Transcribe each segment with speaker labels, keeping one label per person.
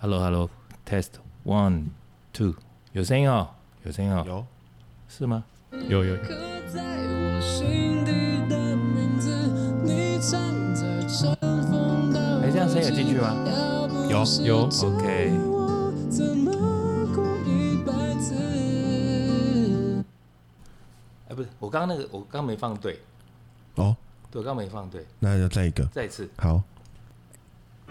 Speaker 1: Hello Hello Test One Two，有声音哦，有声音哦，
Speaker 2: 有
Speaker 1: 是吗？有有有。
Speaker 3: 刻在我心底的名字，你藏在尘封的
Speaker 1: 哎，这样声音有进去吗？
Speaker 2: 有
Speaker 1: 有，OK。
Speaker 3: 我怎么过一百次？
Speaker 1: 哎，不是，我刚刚那个，我刚没放对，
Speaker 2: 哦，
Speaker 1: 对，我刚没放对，
Speaker 2: 那就再一个，
Speaker 1: 再一次。
Speaker 2: 好，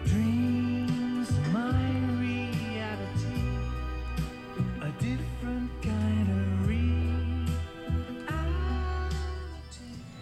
Speaker 4: Dreams are my reality, a different kind of reality.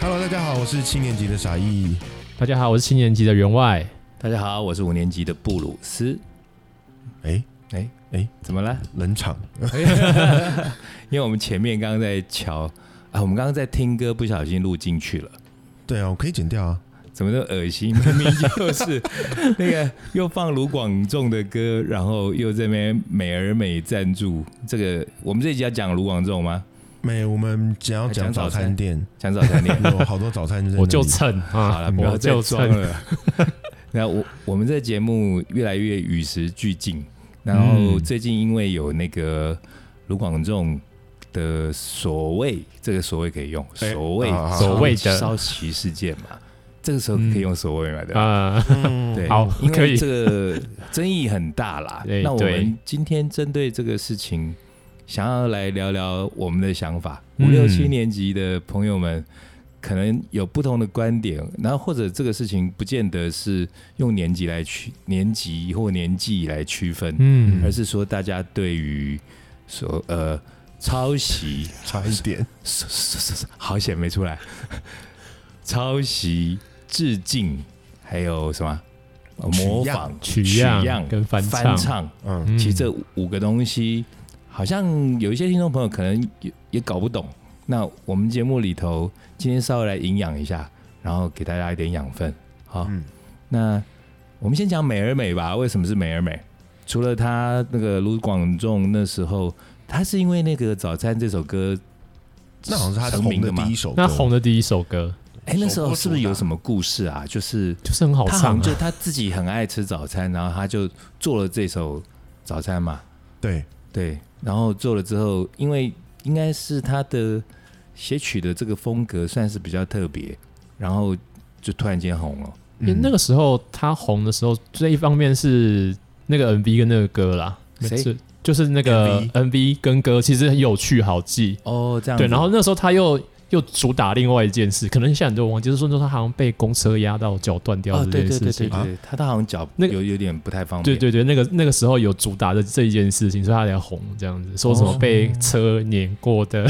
Speaker 2: Hello，大家好，我是七年级的傻义。
Speaker 5: 大家好，我是七年级的员外。
Speaker 1: 大家好，我是五年级的布鲁斯。
Speaker 2: 哎、
Speaker 1: 哎
Speaker 2: 哎
Speaker 1: 怎么了？
Speaker 2: 冷场，
Speaker 1: 因为我们前面刚刚在瞧啊，我们刚刚在听歌，不小心录进去了。
Speaker 2: 对啊，我可以剪掉啊。
Speaker 1: 怎么那么恶心？明明就是那个又放卢广仲的歌，然后又这边美而美赞助这个。我们这一集要讲卢广仲吗？
Speaker 2: 没，我们只要
Speaker 1: 讲
Speaker 2: 讲早
Speaker 1: 早
Speaker 2: 餐
Speaker 1: 餐
Speaker 2: 店，。
Speaker 1: 讲早餐 店
Speaker 2: 有好多早餐在
Speaker 5: 我就
Speaker 2: 那里
Speaker 5: 蹭啊，
Speaker 1: 好了，不要
Speaker 5: 我
Speaker 1: 再
Speaker 5: 就
Speaker 1: 装
Speaker 5: 蹭。
Speaker 1: 了。 那我我们这节目越来越与时俱进，然后
Speaker 5: 嗯
Speaker 1: 最近因为有那个卢广仲的所谓这个所谓可以用
Speaker 2: 哎
Speaker 1: 所谓
Speaker 2: 好好好
Speaker 5: 所谓的
Speaker 1: 烧旗事件嘛，这个时候可以用所谓嘛，对吧？
Speaker 5: 啊、
Speaker 2: 嗯
Speaker 1: 对，
Speaker 5: 好
Speaker 1: 因为
Speaker 5: 可以。
Speaker 1: 这个 争议很大啦
Speaker 5: 哎
Speaker 1: 那我
Speaker 5: 对
Speaker 1: 们今天针对这个事情，想要来聊聊我们的想法。五
Speaker 5: 嗯
Speaker 1: 六七年级的朋友们可能有不同的观点，然后或者这个事情不见得是用年级来区年级或年纪来区分，
Speaker 5: 嗯
Speaker 1: 而，是说大家对于所呃抄袭
Speaker 2: 差一点，
Speaker 1: 是是是是，好险没出来。 抄袭、致敬，还有什么？呃
Speaker 2: 取样
Speaker 1: 模仿、
Speaker 5: 取
Speaker 1: 样
Speaker 5: 样、跟翻
Speaker 1: 翻
Speaker 5: 唱
Speaker 2: 嗯，
Speaker 5: 嗯
Speaker 1: 其实这五个东西，好像有一些听众朋友可能也也搞不懂。那我们节目里头，今天稍微来营养一下，然后给大家一点养分。好，
Speaker 2: 嗯
Speaker 1: 那我们先讲美而美吧。为什么是美而美？除了他那个卢广仲那时候，他是因为那个《早餐》这首歌
Speaker 2: 那好像是他
Speaker 1: 成
Speaker 2: 红
Speaker 1: 名
Speaker 2: 的
Speaker 1: 的嘛
Speaker 2: 第一首歌，
Speaker 5: 那红的第一首歌
Speaker 1: 哎，那时
Speaker 2: 手
Speaker 1: 候
Speaker 2: 不
Speaker 1: 是不是
Speaker 2: 足
Speaker 1: 有
Speaker 2: 蹈
Speaker 1: 什么故事啊？就是
Speaker 5: 就是很好
Speaker 1: 他好
Speaker 5: 唱
Speaker 1: 像就
Speaker 5: 啊，
Speaker 1: 他自己很爱吃早餐，然后他就做了这首早餐嘛，
Speaker 2: 对，
Speaker 1: 对，然后做了之后，因为应该是他的写曲的这个风格算是比较特别，然后就突然间红了。
Speaker 2: 嗯
Speaker 5: 因为那个时候他红的时候，这一方面是那个 MV 跟那个歌啦，
Speaker 1: 谁
Speaker 5: 是就是那个 MV 跟歌其实很有趣好记，
Speaker 1: 哦，这样
Speaker 5: 对，然后那时候他又。又主打另外一件事，可能现在很多人忘记，就是说他好像被公车压到脚断掉
Speaker 1: 哦，
Speaker 5: 这
Speaker 1: 对
Speaker 5: 件
Speaker 1: 对
Speaker 5: 事
Speaker 1: 对
Speaker 5: 情
Speaker 1: 对，对，他他好像脚
Speaker 5: 那个
Speaker 1: 有有点不太方
Speaker 5: 对
Speaker 1: 便。
Speaker 5: 对对，那个那个时候有主打的这一件事情，所以他才红这样子，说什
Speaker 1: 哦
Speaker 5: 么被车碾过的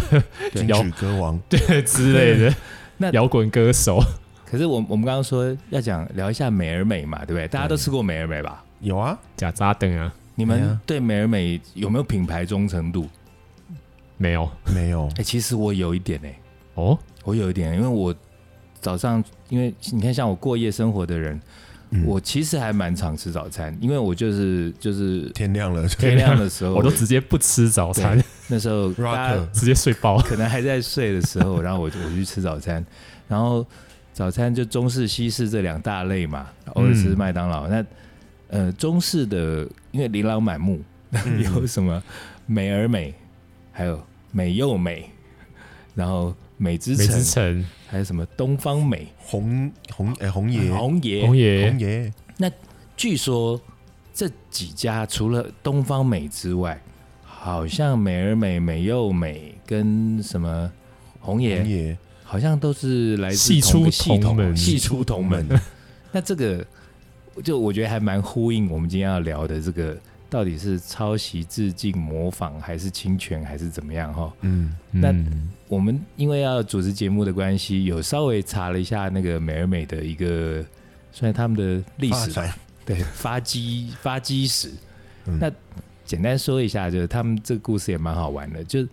Speaker 2: 金曲歌王，
Speaker 5: 对之类的，
Speaker 1: 那
Speaker 5: 摇滚歌手，
Speaker 1: 可是我我们刚刚说要讲聊一下美而美嘛，对不对？大家都吃过美而美吧？
Speaker 2: 有啊，
Speaker 5: 假扎灯啊，
Speaker 1: 你
Speaker 2: 没
Speaker 1: 们
Speaker 2: 啊
Speaker 1: 对美而美有没有品牌忠诚度？
Speaker 5: 没有
Speaker 2: 没有
Speaker 1: 哎、，其实我有一点哎、
Speaker 5: 哦，
Speaker 1: 我有一点，因为我早上，因为你看，像我过夜生活的人，
Speaker 2: 嗯
Speaker 1: 我其实还蛮常吃早餐，因为我就是就是
Speaker 2: 天亮了
Speaker 1: 天亮的时候，
Speaker 5: 我都直接不吃早餐，
Speaker 1: 那时候大家
Speaker 2: ，rock，
Speaker 5: 直接睡饱。
Speaker 1: 可能还在睡的时候，然后我就我就去吃早餐，然后早餐就中式、西式这两大类嘛，偶尔吃麦当劳。那呃，中式的因为琳琅满目， 有什么美而美，还有美又美，然后美之
Speaker 5: 美
Speaker 1: 城
Speaker 5: 之，城、
Speaker 1: 还有什么东方美。
Speaker 2: 红红哎红爷
Speaker 1: 啊嗯红爷，
Speaker 5: 红爷
Speaker 2: 红，爷，
Speaker 1: 据说这几家除了东方美之外，好像美而美、美又美跟什么红
Speaker 2: 红
Speaker 1: 爷，
Speaker 2: 爷
Speaker 1: 好像都是来自
Speaker 5: 系出
Speaker 1: 同个系
Speaker 5: 同
Speaker 1: 统，
Speaker 5: 门
Speaker 1: 系出同门。
Speaker 2: 嗯
Speaker 1: 那这个就我觉得还蛮呼应我们今天要聊的这个，到底是抄袭、致敬、模仿，还是侵权，还是怎么样？哈，
Speaker 2: 嗯，
Speaker 1: 那
Speaker 5: 嗯
Speaker 1: 我们因为要主持节目的关系，有稍微查了一下那个美而美的一个，算是他们的历
Speaker 2: 发
Speaker 1: 史吧。
Speaker 2: 展
Speaker 1: 对，发迹发迹史，
Speaker 2: 嗯
Speaker 1: 那简单说一下，就是他们这个故事也蛮好玩的，就是。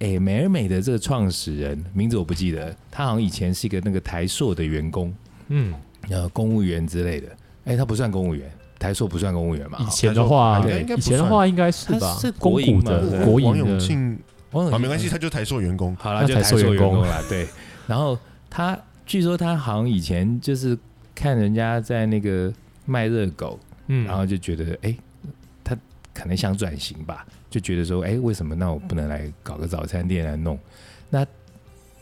Speaker 1: 诶，美而美的这个创始人名字我不记得，他好像以前是一个那个台塑的员工，
Speaker 5: 嗯，
Speaker 1: 呃，公务员之类的。诶，他不算公务员，台塑不算公务员嘛？
Speaker 5: 以
Speaker 1: 哦
Speaker 5: 前的话
Speaker 2: 他说，应该
Speaker 5: 以
Speaker 2: 不
Speaker 5: 前的
Speaker 2: 算
Speaker 5: 话应该是
Speaker 1: 他
Speaker 5: 吧，
Speaker 1: 是
Speaker 5: 公
Speaker 1: 国营
Speaker 5: 股
Speaker 1: 嘛对不
Speaker 5: 的
Speaker 1: 对
Speaker 5: 国
Speaker 2: 哎王
Speaker 5: 营
Speaker 2: 永
Speaker 5: 的，
Speaker 2: 庆
Speaker 1: 哦
Speaker 2: 啊，没关系，他就台塑员工。
Speaker 1: 好了，
Speaker 5: 那
Speaker 1: 就
Speaker 5: 台
Speaker 1: 台
Speaker 5: 塑
Speaker 1: 塑
Speaker 5: 员
Speaker 1: 员
Speaker 5: 工
Speaker 1: 工了。对，然后他据说他好像以前就是看人家在那个卖热狗，
Speaker 5: 嗯，
Speaker 1: 然后就觉得哎、诶他可能想转型吧，就觉得说哎、诶为什么那我不能来搞个早餐店来弄？那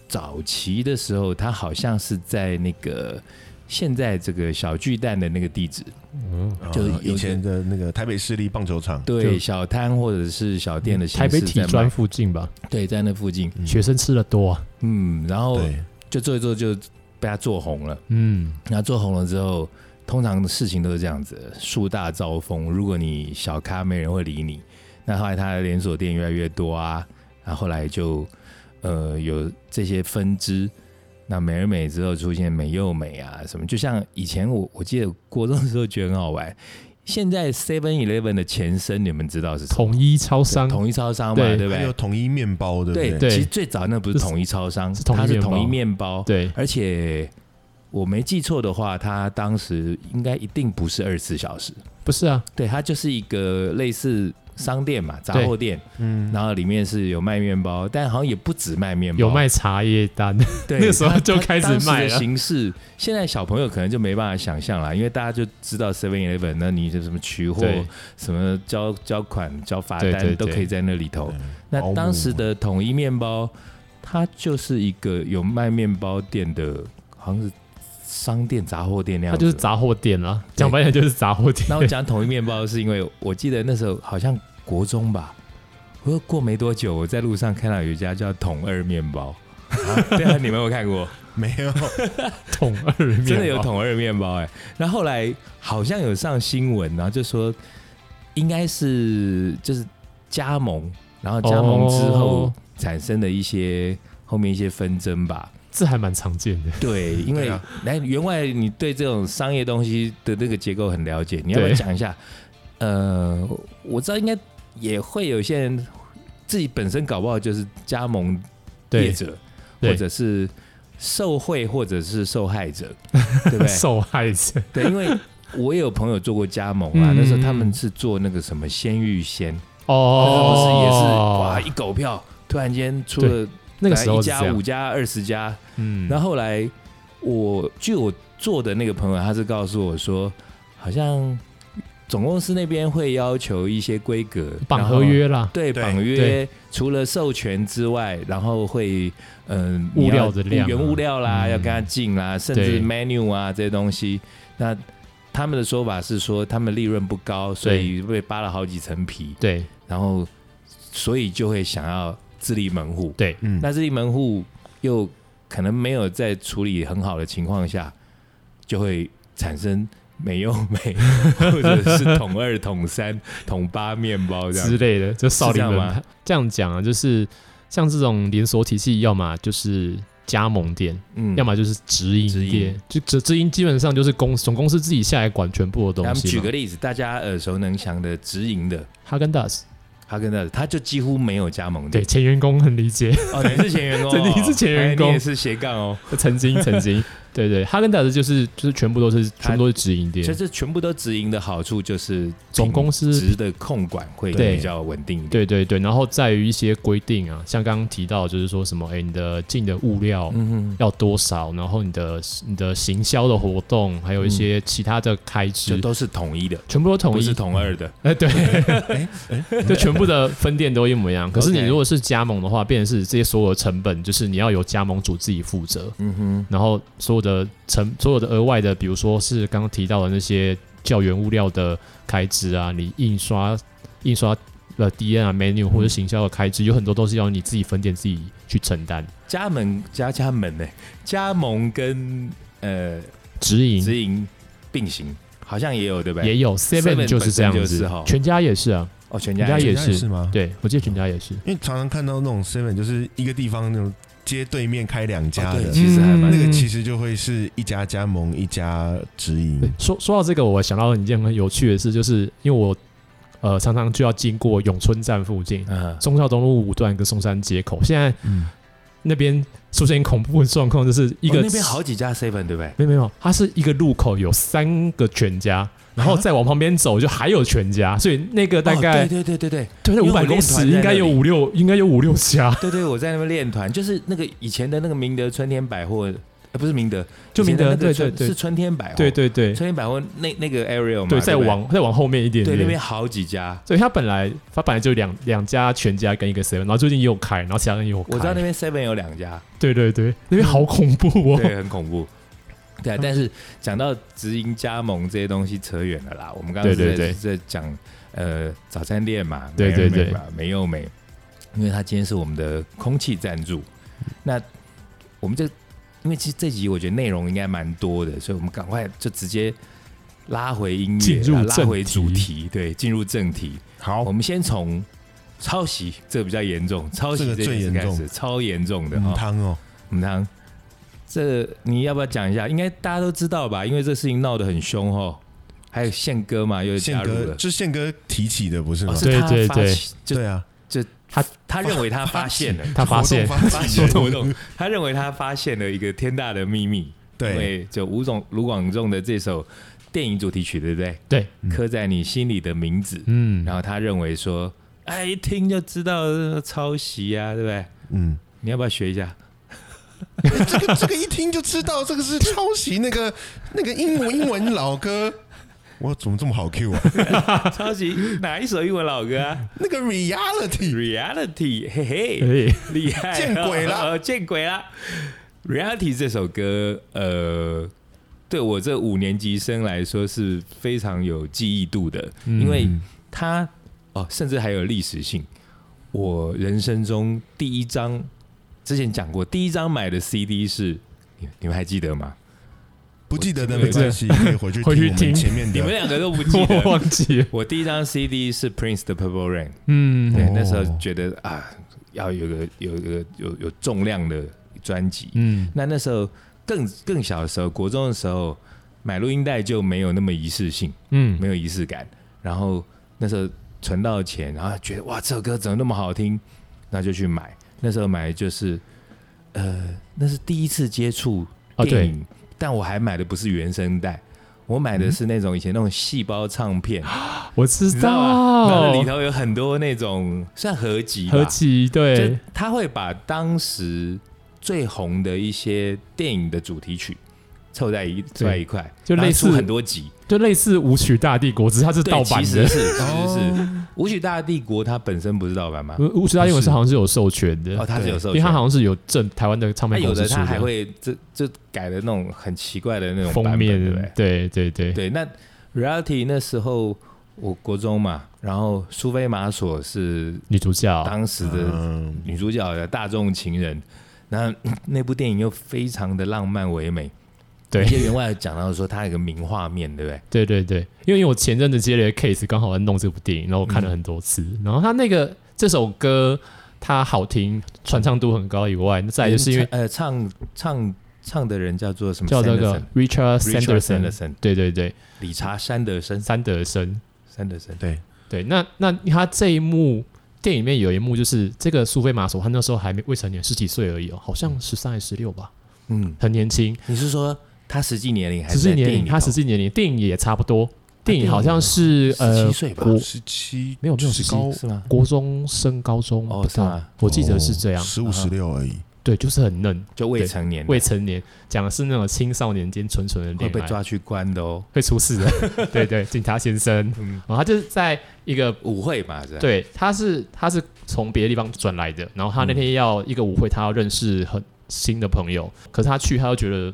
Speaker 1: 早期的时候，他好像是在那个现在这个小巨蛋的那个地址，
Speaker 5: 嗯，
Speaker 2: 啊
Speaker 1: 就是有
Speaker 2: 以前的那个台北市立棒球场，
Speaker 1: 对小摊或者是小店的
Speaker 5: 台
Speaker 1: 形
Speaker 5: 北
Speaker 1: 式
Speaker 5: 体
Speaker 1: 在
Speaker 5: 专
Speaker 1: 卖，
Speaker 5: 附近吧，
Speaker 1: 对，在那附近，
Speaker 2: 嗯
Speaker 5: 学生吃的多啊，
Speaker 1: 嗯，然后
Speaker 2: 对，
Speaker 1: 就做一做就被他做红了。
Speaker 5: 嗯，
Speaker 1: 那做红了之后，通常的事情都是这样子，树大招风。如果你小咖，没人会理你。那后来他的连锁店越来越多啊，然后后来就呃有这些分支。那美而美之后出现美又美啊什么，就像以前我我记得国中的时候觉得很好玩。现在 Seven Eleven 的前身你们知道是什么？
Speaker 5: 统一超商
Speaker 1: 统一超商嘛，
Speaker 5: 对
Speaker 1: 对不
Speaker 2: 还有
Speaker 1: 对？
Speaker 2: 统一面包，对不
Speaker 1: 对
Speaker 2: 对？
Speaker 5: 对
Speaker 1: 其实最早那不是
Speaker 5: 是
Speaker 1: 统一超商，
Speaker 5: 是统一
Speaker 1: 它是
Speaker 5: 面包
Speaker 1: 统一面包。
Speaker 5: 对，
Speaker 1: 而且我没记错的话，他当时应该一定不是二十四小时，
Speaker 5: 不是啊，
Speaker 1: 对，它就是一个类似商店嘛，杂货店，
Speaker 2: 嗯，
Speaker 1: 然后里面是有卖面包，但好像也不止卖面包，
Speaker 5: 有卖茶叶蛋，
Speaker 1: 对，
Speaker 5: 那个时候就
Speaker 1: 它它
Speaker 5: 开始
Speaker 1: 当时
Speaker 5: 卖
Speaker 1: 的
Speaker 5: 了
Speaker 1: 形式，现在小朋友可能就没办法想象了，因为大家就知道 Seven Eleven，那你就什么取货、
Speaker 5: 对
Speaker 1: 什么交交款、交罚单
Speaker 5: 对对对
Speaker 1: 都可以在那里头
Speaker 2: 对。
Speaker 1: 那
Speaker 2: 保姆
Speaker 1: 当时的统一面包，它就是一个有卖面包店的，好像是商店、杂货店那样
Speaker 5: 它
Speaker 1: 子。
Speaker 5: 就是杂货店啦，
Speaker 1: 对
Speaker 5: 讲白点就是杂货店
Speaker 1: 那。我讲统一面包，是因为我记得那时候好像国中吧，我过没多久，我在路上看到有一家叫统二面包。 对啊，你们有看过？
Speaker 2: 没 有，
Speaker 5: 统二面包
Speaker 1: 真的有统二面包哎、然后后来好像有上新闻，然后就说应该是就是加盟，然后加盟之后
Speaker 5: 哦
Speaker 1: 产生的一些、后面一些纷争吧。
Speaker 5: 这还蛮常见的。
Speaker 1: 对，因
Speaker 2: 对
Speaker 1: 为
Speaker 2: 啊
Speaker 1: 来员外，你对这种商业东西的这个结构很了解，你要不要
Speaker 5: 对
Speaker 1: 讲一下？呃，我知道应该也会有些人自己本身搞不好就是加盟业
Speaker 5: 对，
Speaker 1: 者，
Speaker 5: 对
Speaker 1: 或者是受贿，或者是受害者，对不 对？
Speaker 5: 受害者
Speaker 1: 对，因 为我也有朋友做过加盟啊，
Speaker 5: 嗯
Speaker 1: 那时候他们是做那个什么鲜芋仙，
Speaker 5: 哦
Speaker 1: 他，们是也是哇一狗票，突然间出了
Speaker 5: 那个时候
Speaker 1: 一
Speaker 5: 是这
Speaker 1: 家、
Speaker 5: 样
Speaker 1: 五，家、二十家，
Speaker 5: 嗯，
Speaker 1: 然
Speaker 5: 后
Speaker 1: 后后来我据我做的那个朋友，他是告诉我说，好像总公司那边会要求一些规格
Speaker 5: 绑合。
Speaker 1: 然后
Speaker 5: 约啦，
Speaker 1: 对
Speaker 2: 对
Speaker 1: 绑约
Speaker 5: 对，
Speaker 1: 除了授权之外，然后会嗯、
Speaker 5: 物
Speaker 1: 你要
Speaker 5: 料的量啊
Speaker 1: 原物料啦，
Speaker 5: 嗯
Speaker 1: 要跟他进啦，甚
Speaker 5: 对
Speaker 1: 至 menu 啊这些东西。那他们的说法是说，他们利润不高，所以被扒了好几层皮，
Speaker 5: 对
Speaker 1: 然后所以就会想要自立门户。
Speaker 5: 对，
Speaker 2: 嗯，
Speaker 1: 那自立门户又可能没有在处理很好的情况下，就会产生美又美， 或者是统二、统三、统八面包这样
Speaker 5: 之类的，就少林
Speaker 1: 是这
Speaker 5: 门
Speaker 1: 样
Speaker 5: 派
Speaker 1: 吗
Speaker 5: 这样讲啊，就是像这种连锁体系，要么就是加盟店，
Speaker 1: 嗯
Speaker 5: 要么就是直营
Speaker 1: 直营
Speaker 5: 店，就直直营基本上就是公总公司自己下来管全部的
Speaker 1: 那我们
Speaker 5: 东西
Speaker 1: 举
Speaker 5: 嘛。
Speaker 1: 个例子，大家耳熟能详的直营的
Speaker 5: 哈根达斯，
Speaker 1: 哈根达斯，他就几乎没有加盟
Speaker 5: 对
Speaker 1: 店。
Speaker 5: 前员工很理解，
Speaker 1: 哦，你是前员工、
Speaker 5: 对
Speaker 1: 哦，
Speaker 5: 你是前员工
Speaker 1: 哎你也是斜杠哦，
Speaker 5: 曾经曾经，对对，哈根达斯就是就是全部都是全部都是直营
Speaker 1: 所以
Speaker 5: 店，
Speaker 1: 这全部都直营的好处就是
Speaker 5: 总公司
Speaker 1: 值的控管会
Speaker 5: 对
Speaker 1: 比较稳定一点。
Speaker 5: 对对对，然后在于一些规定啊，像刚刚提到，就是说什么，哎，你的进的物料
Speaker 1: 嗯哼，
Speaker 5: 要多少，然后你的你的行销的活动，还有一些其他的开
Speaker 1: 嗯就
Speaker 5: 支，
Speaker 1: 都是统一的，
Speaker 5: 全部都统
Speaker 1: 不
Speaker 5: 一
Speaker 1: 是。统二的。
Speaker 5: 哎，对，
Speaker 2: 哎哎，
Speaker 5: 就全部的分店都一模 一样。可是你
Speaker 1: OK
Speaker 5: 如果是加盟的话，变成是这些所有的成本，就是你要由加盟主自己负责，
Speaker 1: 嗯哼，
Speaker 5: 然后所有的成所有的额外的，比如说是刚刚提到的那些教员物料的开支啊，你印刷印刷呃 D N 啊 menu 或者行销的开支，有很多都是要你自己分店自己去承担。
Speaker 1: 加盟加加盟呢、加盟跟呃
Speaker 5: 直营
Speaker 1: 直营并行，好像也有对不对？
Speaker 5: 也有
Speaker 1: Seven
Speaker 5: Seven 就是这样
Speaker 1: 本身就是
Speaker 5: 子
Speaker 1: 哈，
Speaker 5: 全家也是啊，
Speaker 1: 哦，全
Speaker 5: 全
Speaker 1: 家
Speaker 5: 家
Speaker 1: 也
Speaker 5: 也
Speaker 2: 人家
Speaker 5: 是
Speaker 2: 是吗？
Speaker 5: 对我记得全家也是，
Speaker 2: 因为常常看到那种 seven 就是一个地方那种街对面开两家
Speaker 1: 哦对
Speaker 2: 的，
Speaker 1: 其实还蛮
Speaker 5: 嗯
Speaker 2: 那个其实就会是一家加盟一家直营
Speaker 5: 对，，说说到这个，我想到一件很有趣的事，就是因为我呃，常常就要经过永春站附近、
Speaker 1: 嗯，
Speaker 5: 忠孝东路五段跟松山街口。现在
Speaker 1: 嗯
Speaker 5: 那边出现恐怖的状况，就是一
Speaker 1: 一
Speaker 5: 个、
Speaker 1: 哦那边好几家 seven 对不对？
Speaker 5: 没有没有，它是一个路口有三个全家，然后再往旁边走就还有全家，所以那个大概、
Speaker 1: 啊哦对对对对对
Speaker 5: 对
Speaker 1: 因为
Speaker 5: 五
Speaker 1: 我
Speaker 5: 百公
Speaker 1: 练团
Speaker 5: 尺
Speaker 1: 在
Speaker 5: 应该
Speaker 1: 那
Speaker 5: 有
Speaker 1: 里
Speaker 5: 五六，应该有五六家，
Speaker 1: 对对，我在那边练团，就是那个以前的那个明德春天百货，呃不是明德，
Speaker 5: 就明德
Speaker 1: 以前的那个
Speaker 5: 对对
Speaker 1: 春
Speaker 5: 对
Speaker 1: 是春天百货，
Speaker 5: 对对对
Speaker 1: 春天百货那那个 area 嘛，
Speaker 5: 对，
Speaker 1: 对，
Speaker 5: 再往再往后面一点
Speaker 1: 对
Speaker 5: 点，
Speaker 1: 那边好几家，
Speaker 5: 所以它本来它本来就两两家全家跟一个 seven，然后最近也有开，然后其他人也有开。
Speaker 1: 我知道那边 seven 有两家，
Speaker 5: 对对对，那边好恐怖哦。
Speaker 1: 对，很恐怖。对啊，
Speaker 5: 嗯
Speaker 1: 但是讲到直营加盟这些东西扯远了啦。我们刚刚
Speaker 5: 对对
Speaker 1: 是在是在讲呃早餐店嘛，
Speaker 5: 对对对
Speaker 1: 美而美嘛，美又美，因为它今天是我们的空气赞助。那我们这因为其实这集我觉得内容应该蛮多的，所以我们赶快就直接拉回音乐
Speaker 5: 进入
Speaker 1: 啦，
Speaker 5: 正
Speaker 1: 拉
Speaker 5: 题
Speaker 1: 回主题，对，进入正题。
Speaker 2: 好
Speaker 1: 我，们先从抄袭，这个比较严重，抄袭
Speaker 2: 这个
Speaker 1: 件
Speaker 2: 最
Speaker 1: 事
Speaker 2: 严
Speaker 1: 开
Speaker 2: 重
Speaker 1: 始，超严重的
Speaker 2: 嗯
Speaker 1: 哦。
Speaker 2: 汤哦，
Speaker 1: 我们汤，这你要不要讲一下？应该大家都知道吧？因为这事情闹得很凶哦。还有宪哥嘛，又
Speaker 2: 宪
Speaker 1: 哦加入
Speaker 2: 哥
Speaker 1: 了，
Speaker 2: 就是宪哥提起的，不是吗
Speaker 1: 哦，？是他
Speaker 5: 对对
Speaker 1: 发
Speaker 5: 对
Speaker 1: 起，就
Speaker 2: 对啊，
Speaker 1: 他认为他发现了，
Speaker 5: 他发现
Speaker 2: 活动发
Speaker 1: 发
Speaker 2: 起
Speaker 1: 现
Speaker 2: 人
Speaker 1: 活动，他认为他发现了一个天大的秘密。因
Speaker 2: 对，
Speaker 1: 为就吴总卢广仲的这首电影主题曲，对不对？
Speaker 5: 对，
Speaker 1: 刻在你心里的名字。
Speaker 5: 嗯，
Speaker 1: 然后他认为说，哎，一听就知道呃抄袭啊，对不对？
Speaker 2: 嗯，
Speaker 1: 你要不要学一下？
Speaker 2: 这个这个一听就知道，这个是抄袭那个那个英文英文老歌。 我怎么这么好 Q 啊？
Speaker 1: 抄袭哪一首英文老歌啊
Speaker 2: 那个 reality，
Speaker 1: ？Reality，嘿嘿。
Speaker 5: 哎，
Speaker 1: 厉害、
Speaker 2: 见鬼啦
Speaker 1: 了， 见鬼啦 Reality 这首歌，呃，对我这五年级生来说是非常有记忆度的，
Speaker 5: 嗯
Speaker 1: 因为它哦，甚至还有历史性。我人生中第一张，之前讲过，第一张买的 CD 是，你你们还记得吗？
Speaker 2: 不记得的没关系，可以回去
Speaker 5: 回去
Speaker 2: 我
Speaker 5: 听
Speaker 2: 们前面
Speaker 1: 你们
Speaker 2: 的。
Speaker 1: 两个都不记
Speaker 5: 我
Speaker 1: 得。
Speaker 5: 忘记了。
Speaker 1: 我第一张 CD 是 Prince 的 Purple Rain，
Speaker 5: 嗯，
Speaker 1: 对
Speaker 2: 哦，
Speaker 1: 那时候觉得啊，要有个有个有有重量的专辑，
Speaker 5: 嗯，
Speaker 1: 那那时候更更小的时候，国中的时候买录音带就没有那么仪式性，
Speaker 5: 嗯，
Speaker 1: 没有仪式感。然后那时候存到钱，然后觉得哇，这首歌怎么那么好听，那就去买。那时候买的就是，呃，那是第一次接触
Speaker 5: 啊
Speaker 1: 电影，但我还买的不是原声带。我买
Speaker 5: 嗯
Speaker 1: 的是那种以前那种细胞唱片，
Speaker 5: 我知
Speaker 1: 你知道吗？然后
Speaker 5: 道
Speaker 1: 里，头有很多那种算合集吧，
Speaker 5: 合集
Speaker 1: 就
Speaker 5: 对，
Speaker 1: 他会把当时最红的一些电影的主题曲凑在一凑在一块，
Speaker 5: 就
Speaker 1: 然后
Speaker 5: 类似
Speaker 1: 出很多集，
Speaker 5: 就类似舞曲大帝国，只是它是
Speaker 1: 对
Speaker 5: 盗版
Speaker 1: 其实
Speaker 5: 的。哦
Speaker 1: 是其实是《舞曲大帝国》它本身不是盗版吗？
Speaker 5: 舞舞曲大帝国是好像是有授权的
Speaker 1: 哦，，它是有
Speaker 5: 因
Speaker 1: 授
Speaker 5: 为
Speaker 1: 权
Speaker 5: 它，好像是有正台湾的唱
Speaker 1: 它
Speaker 5: 片
Speaker 1: 有
Speaker 5: 公司
Speaker 1: 的
Speaker 5: 出
Speaker 1: 它还
Speaker 5: 的
Speaker 1: 会这这改的那种很奇怪的那种版
Speaker 5: 封
Speaker 1: 本
Speaker 5: 面
Speaker 1: 对不对，？
Speaker 5: 对对对，
Speaker 1: 对，那 Reality 那时候我国中嘛，然后苏菲玛索是
Speaker 5: 女主角
Speaker 1: 当时
Speaker 5: 啊
Speaker 1: 的
Speaker 2: 嗯，
Speaker 1: 女主角的大众情人，那 那部电影又非常的浪漫唯美。
Speaker 5: 对
Speaker 1: 而且员外有讲到说他有个名画面，对不对？
Speaker 5: 对对对，因为因为我前阵子接了一个 case，刚好在弄这部电影，然后我看了很多次，
Speaker 1: 嗯
Speaker 5: 然后他那个这首歌它好听，传唱度很高以外，那再来就是因为
Speaker 1: 呃唱唱唱的人叫做什么？
Speaker 5: 叫那个 Richard
Speaker 1: 嗯 Richard
Speaker 5: Sanderson，
Speaker 1: Sanderson，
Speaker 5: 对对对，
Speaker 1: 理查山德森，
Speaker 5: 山德森，
Speaker 1: 山德森。
Speaker 2: 对，
Speaker 5: 对，那那他这一幕。电影里面有一幕，就是这个苏菲玛索，她那时候还没未成年，十几岁而已哦，好像十三还是十六吧，
Speaker 1: 嗯，
Speaker 5: 很年轻。
Speaker 1: 你是说他实际年龄还
Speaker 5: 实
Speaker 1: 是
Speaker 5: 际
Speaker 1: 在
Speaker 5: 年
Speaker 1: 电影
Speaker 5: 龄，
Speaker 1: 里
Speaker 5: 他
Speaker 1: 头
Speaker 5: 实际年龄，电影也差不多，电影
Speaker 1: 电
Speaker 5: 好
Speaker 1: 影
Speaker 5: 像是呃
Speaker 1: 17岁吧哦
Speaker 5: 国
Speaker 2: 十七
Speaker 5: 没有没有
Speaker 2: 是
Speaker 5: 17
Speaker 2: 高
Speaker 1: 是吗？
Speaker 5: 国中升高中
Speaker 1: 哦
Speaker 5: 不
Speaker 1: 是
Speaker 5: 到
Speaker 1: 吗，哦
Speaker 5: 我记得是这样，
Speaker 2: 十五十六而已。
Speaker 5: 对，就是很嫩，
Speaker 1: 就未成年的，
Speaker 5: 未成年，讲的是那种青少年间纯纯的
Speaker 1: 会
Speaker 5: 恋
Speaker 1: 被
Speaker 5: 爱，
Speaker 1: 抓去关的哦。
Speaker 5: 会出 事的，对对，警察先生，哦
Speaker 1: 嗯，
Speaker 5: 然后他就是在一个
Speaker 1: 舞会嘛，是吧？，
Speaker 5: 对，他是他是从别的地方转来的，然后
Speaker 1: 嗯
Speaker 5: 他那天要一个舞会，他要认识很新的朋友，可是他去，他又觉得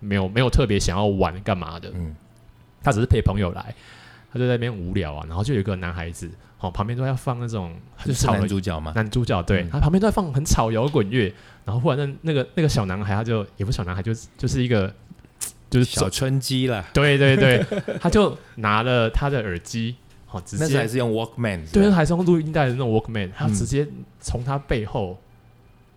Speaker 5: 没有没有特别想要玩干嘛的，
Speaker 1: 嗯
Speaker 5: 他只是陪朋友来，他就在那边无聊啊，然后就有一个男孩子，哦，旁边都在放那种很
Speaker 1: 就是
Speaker 5: 吵
Speaker 1: 男
Speaker 5: 的
Speaker 1: 主角嘛。
Speaker 5: 男主角，对、
Speaker 1: 嗯
Speaker 5: 他旁边都在放很吵摇滚乐，然后忽然那那个那个小男孩，他就也不是小男孩，就是就是一个就是
Speaker 1: 小
Speaker 5: 走
Speaker 1: 春姬啦，
Speaker 5: 对对对，他就拿了他的耳机，哦，直
Speaker 1: 那时候
Speaker 5: 接
Speaker 1: 还是用 Walkman，是吧
Speaker 5: 对，那还是用录音带的那种 Walkman，他
Speaker 1: 嗯
Speaker 5: 直接从他背后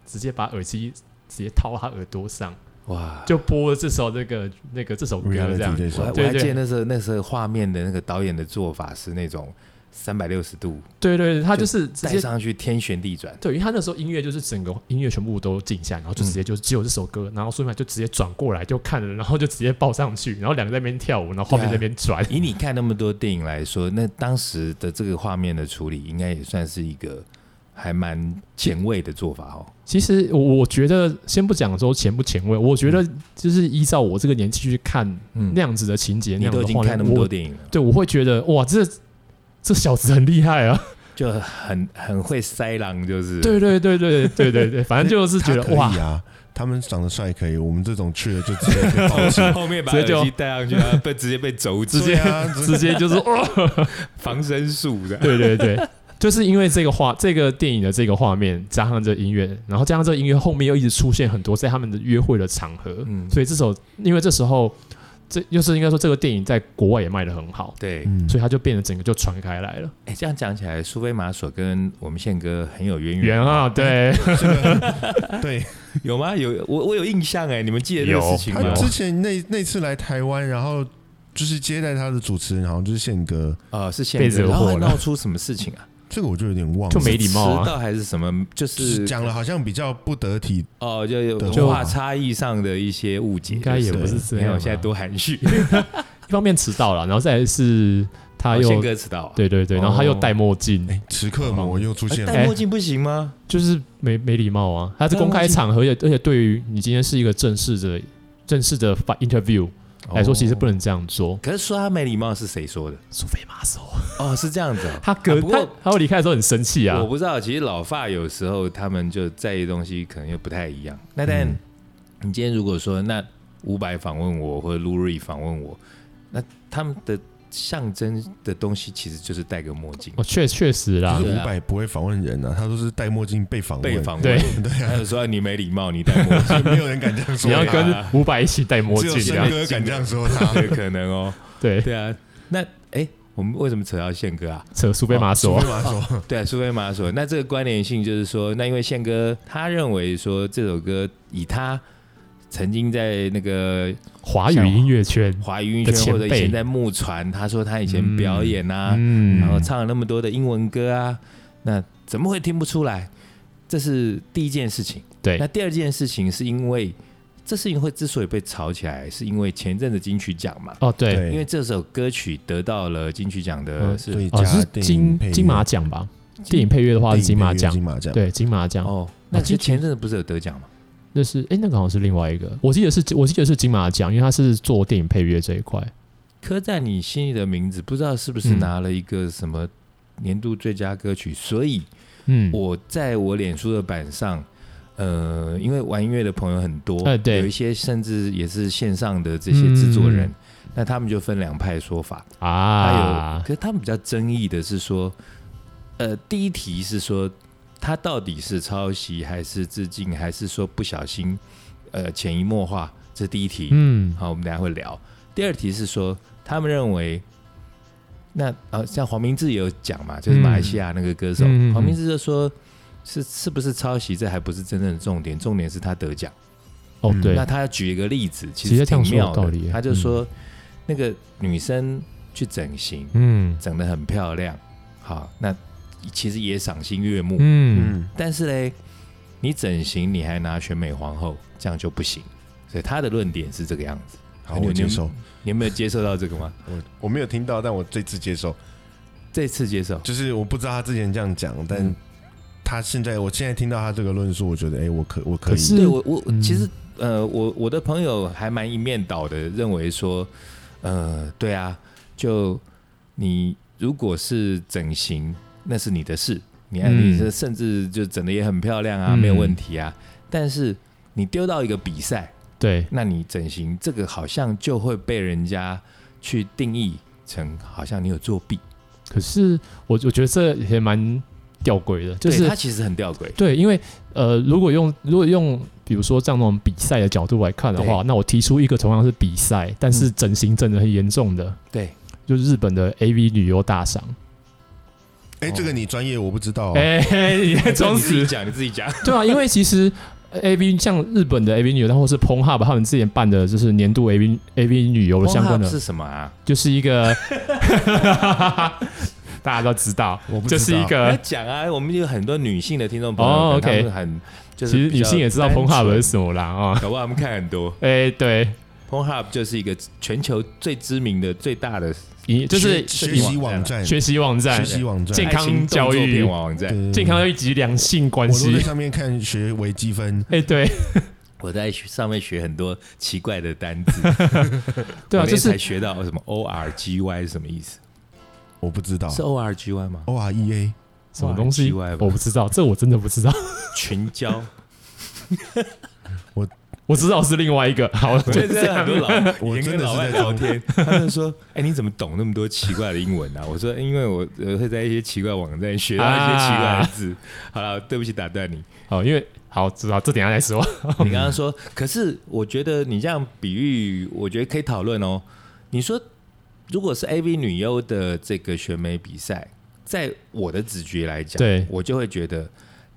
Speaker 5: 直接把耳机直接套他耳朵上，
Speaker 1: 哇，
Speaker 5: 就播了这首那个哦那个这首歌这
Speaker 2: reality
Speaker 5: 样。
Speaker 2: 这
Speaker 1: 我还
Speaker 2: 首，
Speaker 1: 我还
Speaker 5: 对对
Speaker 1: 记得那时候那时候画面的那个导演的做法是那种三百六十度
Speaker 5: 对对对，他就是直
Speaker 1: 带
Speaker 5: 接
Speaker 1: 上去，天旋地转。
Speaker 5: 对，因为他那时候音乐就是整个音乐全部都静下，然后
Speaker 1: 嗯
Speaker 5: 就直接就只有这首歌，然后苏美就直接转过来就看了，然后就直接抱上去，然后两个在那边跳舞，然后画面在那边转。
Speaker 1: 以你看那么多电影来说，那当时的这个画面的处理，应该也算是一个还蛮前卫的做法哦。
Speaker 5: 其实我我觉得，先不讲说前不前卫，我觉得就是依照我这个年纪去看
Speaker 1: 嗯
Speaker 5: 那样子的情节，那
Speaker 1: 你
Speaker 5: 样
Speaker 1: 都
Speaker 5: 的
Speaker 1: 已经
Speaker 5: 画面
Speaker 1: 看那么
Speaker 5: 我
Speaker 1: 多电影了，
Speaker 5: 对，我会觉得哇，这这小子很厉害啊！
Speaker 1: 就很很会塞狼，就是。
Speaker 5: 对对对对对对对，反正就是觉
Speaker 2: 他可
Speaker 5: 得哇
Speaker 2: 以，啊，他们长得帅可以，我们这种去了就直接 被抛弃
Speaker 1: 后面把
Speaker 5: 直接就
Speaker 1: 耳机戴 上去，然后被直接被肘
Speaker 5: 直
Speaker 1: 击
Speaker 5: 接、
Speaker 2: 对啊
Speaker 5: 直接就是哇，
Speaker 1: 防身术的。
Speaker 5: 对对对，就是因为这个画这个电影的这个画面，加上这音乐，然后加上这音乐后面又一直出现很多在他们的约会的场合，
Speaker 1: 嗯
Speaker 5: 所以这首因为这时候这又是应该说这个电影在国外也卖的很好，
Speaker 1: 对，
Speaker 2: 嗯
Speaker 5: 所以它就变得整个就传开来了。
Speaker 1: 哎，这样讲起来，苏菲玛索跟我们宪哥很有渊源
Speaker 5: 圆啊，对，
Speaker 2: 这 个对，
Speaker 1: 有吗？有我我有印象哎，你们记得这个
Speaker 5: 有
Speaker 1: 事情
Speaker 2: 他
Speaker 1: 吗？
Speaker 2: 之前那那次来台湾，然后就是接待他的主持人，好像就是宪哥，
Speaker 1: 呃，是宪
Speaker 5: 被
Speaker 1: 哥，
Speaker 5: 惹
Speaker 1: 然后
Speaker 5: 火
Speaker 1: 还
Speaker 5: 了
Speaker 1: 闹出什么事情啊？
Speaker 2: 这个我就有点忘了，
Speaker 5: 就 没礼貌啊
Speaker 1: 迟到还是什么？就是
Speaker 2: 是讲了好像比较不得体，
Speaker 1: 哦，就有
Speaker 2: 对
Speaker 1: 文化差异上的一些误解，
Speaker 5: 应该也不是这
Speaker 1: 没有，
Speaker 5: 样。啊
Speaker 1: 现在多含 蓄。
Speaker 5: 一方面迟到了，然后再来是他
Speaker 1: 哦
Speaker 5: 又、
Speaker 1: 宪哥迟到啊，
Speaker 5: 对啊对对，然后他又戴墨镜，
Speaker 2: 哎，时刻
Speaker 5: 哦
Speaker 2: 魔又出现
Speaker 1: 哎
Speaker 2: 了。
Speaker 1: 戴墨镜不行吗？
Speaker 5: 就是没没礼貌啊！他是公开场合，而且而且对于你今天是一个正式的正式的发 interview 来哎说，其实不
Speaker 1: 能。
Speaker 5: 能这样做。
Speaker 1: 哦可是说他没礼貌是谁说的？
Speaker 5: 苏菲玛索，
Speaker 1: 哦，是这样子哦。
Speaker 5: 他隔、
Speaker 1: 啊不
Speaker 5: 他
Speaker 1: 过
Speaker 5: 他会离开的时候很生气啊
Speaker 1: 我。不知道，其实老发有时候他们就在意的东西可能又不太一样。那但
Speaker 2: 嗯
Speaker 1: 你今天如果说那伍佰访问我，或者 Luri 访问我，那他们的象征的东西其实就是戴个墨镜啊
Speaker 5: 哦，确确实啦
Speaker 2: 就，是
Speaker 1: 对
Speaker 2: 伍
Speaker 1: 啊
Speaker 2: 佰不会访问人啊，他都是戴墨镜被访问，啊
Speaker 1: 被访问，
Speaker 5: 对，
Speaker 1: 还有 说你没礼貌，你戴墨镜，
Speaker 2: 没有人敢这样说
Speaker 5: 你要
Speaker 2: 他，
Speaker 5: 跟伍佰一起戴 墨
Speaker 2: 只有
Speaker 5: 镜这
Speaker 2: 宪
Speaker 5: 样，
Speaker 2: 哥敢这样说他。
Speaker 1: 有可能哦。
Speaker 5: 对，
Speaker 1: 对啊，那哎，我们为什么扯到宪哥啊？
Speaker 5: 扯苏菲玛索
Speaker 2: 苏。菲玛
Speaker 5: 嗯
Speaker 2: 索，
Speaker 1: 对啊，苏菲玛索。那这个关联性就是说，那因为宪哥他认为说这首歌以他曾经在那个
Speaker 5: 华语音乐圈，
Speaker 1: 华语音
Speaker 5: 的
Speaker 1: 乐
Speaker 5: 前
Speaker 1: 圈或者以前
Speaker 5: 辈
Speaker 1: 在木船，他说他以前
Speaker 5: 嗯
Speaker 1: 表演啊，
Speaker 5: 嗯
Speaker 1: 然后唱了那么多的英文歌啊，那怎么会听不出来？这是第一件事情。那
Speaker 5: 对，
Speaker 1: 第二件事情是因为这事情会之所以被炒起来，是因为前阵子金曲奖嘛，
Speaker 5: 哦对，
Speaker 1: 因为这首歌曲得到了金曲奖的
Speaker 5: 嗯
Speaker 1: 是、
Speaker 2: 最佳
Speaker 5: 哦是
Speaker 2: 电影
Speaker 5: 金
Speaker 2: 配乐
Speaker 5: 金马奖吧？电影配乐的话是金马奖
Speaker 2: 金，马奖，
Speaker 5: 对，金马奖。
Speaker 1: 哦，那
Speaker 5: 哦金
Speaker 1: 这
Speaker 5: 曲
Speaker 1: 前阵子不是有得奖吗？
Speaker 5: 那是哎，那个好像是另外一个，我记得是我记得是金马奖，因为他是做电影配乐这一块。
Speaker 1: 刻在你心里的名字，不知道是不
Speaker 5: 嗯
Speaker 1: 是拿了一个什么年度最佳歌曲，所以
Speaker 5: 嗯，
Speaker 1: 我在我脸书的版上，呃，因为玩音乐的朋友很多，
Speaker 5: 哎对
Speaker 1: 有一些甚至也是线上的这些制作人，
Speaker 5: 嗯
Speaker 1: 那他们就分两派说法。还有，
Speaker 5: 啊
Speaker 1: 可，是他们比较争议的是说，呃，第一题是说他到底是抄袭还是致敬，还是说不小心呃潜移默化？这是第一题。
Speaker 5: 嗯，
Speaker 1: 好，我们等一下会聊。第二题是说，他们认为，那呃，像黄明志也有讲嘛，就是马来西亚那个歌手，
Speaker 5: 嗯嗯嗯嗯
Speaker 1: 黄明志就说，是是不是抄袭，这还不是真正的重点，重点是他得奖。
Speaker 5: 哦
Speaker 2: 嗯
Speaker 5: 对
Speaker 1: 那，他举一个例子，其
Speaker 5: 其
Speaker 1: 实
Speaker 5: 实这
Speaker 1: 挺
Speaker 5: 样说有
Speaker 1: 妙的
Speaker 5: 道理耶，
Speaker 1: 他就说，那个女生去整形，
Speaker 5: 嗯
Speaker 1: 整得很漂亮，好，那其实也赏心悦目，
Speaker 5: 嗯，
Speaker 2: 嗯，
Speaker 1: 但是嘞，你整形你还拿选美皇后，这样就不行。所以他的论点是这个样子。
Speaker 2: 好，我接受。
Speaker 1: 你有没有接受到这个吗？
Speaker 2: 我我没有听到，但我这次接受，
Speaker 1: 这次接受，
Speaker 2: 就是我不知道他之前这样讲，但
Speaker 1: 嗯
Speaker 2: 他现在我现在听到他这个论述，我觉得，哎，我可我可
Speaker 5: 可
Speaker 2: 以，
Speaker 5: 是
Speaker 1: 对我我、
Speaker 5: 嗯
Speaker 1: 其实呃，我我的朋友还蛮一面倒的，认为说，呃，对啊，就你如果是整形，那是你的事，你爱
Speaker 5: 嗯
Speaker 1: 你这甚至就整的也很漂亮啊，
Speaker 5: 嗯
Speaker 1: 没有问题啊，但是你丢到一个比赛，
Speaker 5: 对，
Speaker 1: 那你整形这个好像就会被人家去定义成好像你有作弊，
Speaker 5: 可是我我觉得这也蛮吊诡的，就
Speaker 1: 对
Speaker 5: 是
Speaker 1: 他其实很吊 诡，
Speaker 5: 对，因为呃，如果用如果用比如说这样那种比赛的角度来看的话，
Speaker 1: 对
Speaker 5: 那我提出一个同样是比赛，但是整形整的很严重的，
Speaker 1: 对。
Speaker 5: 就是日本的 AV 旅游大赏。
Speaker 2: 哎，这个你专业我不知道哦，
Speaker 5: 哎、你 在装
Speaker 1: 你自己
Speaker 5: 死？
Speaker 1: 讲，你自己 讲。
Speaker 5: 对啊，因为其实。AV 像日本的 AV 旅游，或是 p o n h u b 他们之前办的就是年度 AV AV 旅游的相关
Speaker 1: 啊 Pornhub 是
Speaker 5: 的，
Speaker 1: 什么啊？
Speaker 5: 就是一个 大家都知道，
Speaker 2: 我不知
Speaker 5: 这
Speaker 2: 道
Speaker 5: 是一
Speaker 1: 要
Speaker 5: 个。
Speaker 1: 讲啊，我们有很多女性的听众朋友，
Speaker 5: 哦
Speaker 1: 可能
Speaker 5: OK
Speaker 1: 他们很就是
Speaker 5: 其实
Speaker 1: 比
Speaker 5: 女
Speaker 1: 较
Speaker 5: 性也知道
Speaker 1: 单
Speaker 5: p o
Speaker 1: 纯
Speaker 5: n h u b 是什么啦啊。
Speaker 1: 搞不好他们看很多。
Speaker 5: 哎、对，
Speaker 1: Pornhub 就是一个全球最知名的、最大的
Speaker 5: 一就是
Speaker 2: 学习网站，
Speaker 5: 学习网站
Speaker 2: 学，习网站
Speaker 5: 健康
Speaker 1: 爱情动作
Speaker 5: 教育
Speaker 1: 片网站。
Speaker 2: 对
Speaker 5: 健康要以及两性关
Speaker 2: 我都在
Speaker 5: 系。
Speaker 2: 上面看学微积分，
Speaker 5: 哎、对
Speaker 1: 我在上面学很多奇怪的单字，
Speaker 5: 对啊，
Speaker 1: 我那
Speaker 5: 就
Speaker 1: 天才
Speaker 5: 是
Speaker 1: 学到什么 O R G Y 是什么意思？哦
Speaker 2: 我不知道
Speaker 1: 是 O R G Y 吗？
Speaker 2: O R E A
Speaker 5: 什么东西，
Speaker 1: 哇很奇怪吧
Speaker 5: 我不知道，这我真的不知道。
Speaker 1: 群交，
Speaker 5: 我知道是另外 一个。好，就
Speaker 1: 对
Speaker 5: 这
Speaker 1: 对，很
Speaker 5: 样
Speaker 1: 多老
Speaker 2: 我
Speaker 1: 也
Speaker 2: 真
Speaker 1: 跟
Speaker 2: 的
Speaker 1: 老
Speaker 2: 是
Speaker 1: 外
Speaker 2: 在
Speaker 1: 聊
Speaker 2: 中
Speaker 1: 天，他们说：“ 哎，你怎么懂那么多奇怪的英文啊？”我 说：“因为我呃会在一些奇怪网站学到一些奇怪的字。好了，对不起，打断你。
Speaker 5: 好，因为好知道，这等一下再说。
Speaker 1: 你刚刚说，可是我觉得你这样比喻，我觉得可以讨论哦。你说，如果是 AV 女优的这个选美比赛，在我的直觉来讲，
Speaker 5: 对
Speaker 1: 我就会觉得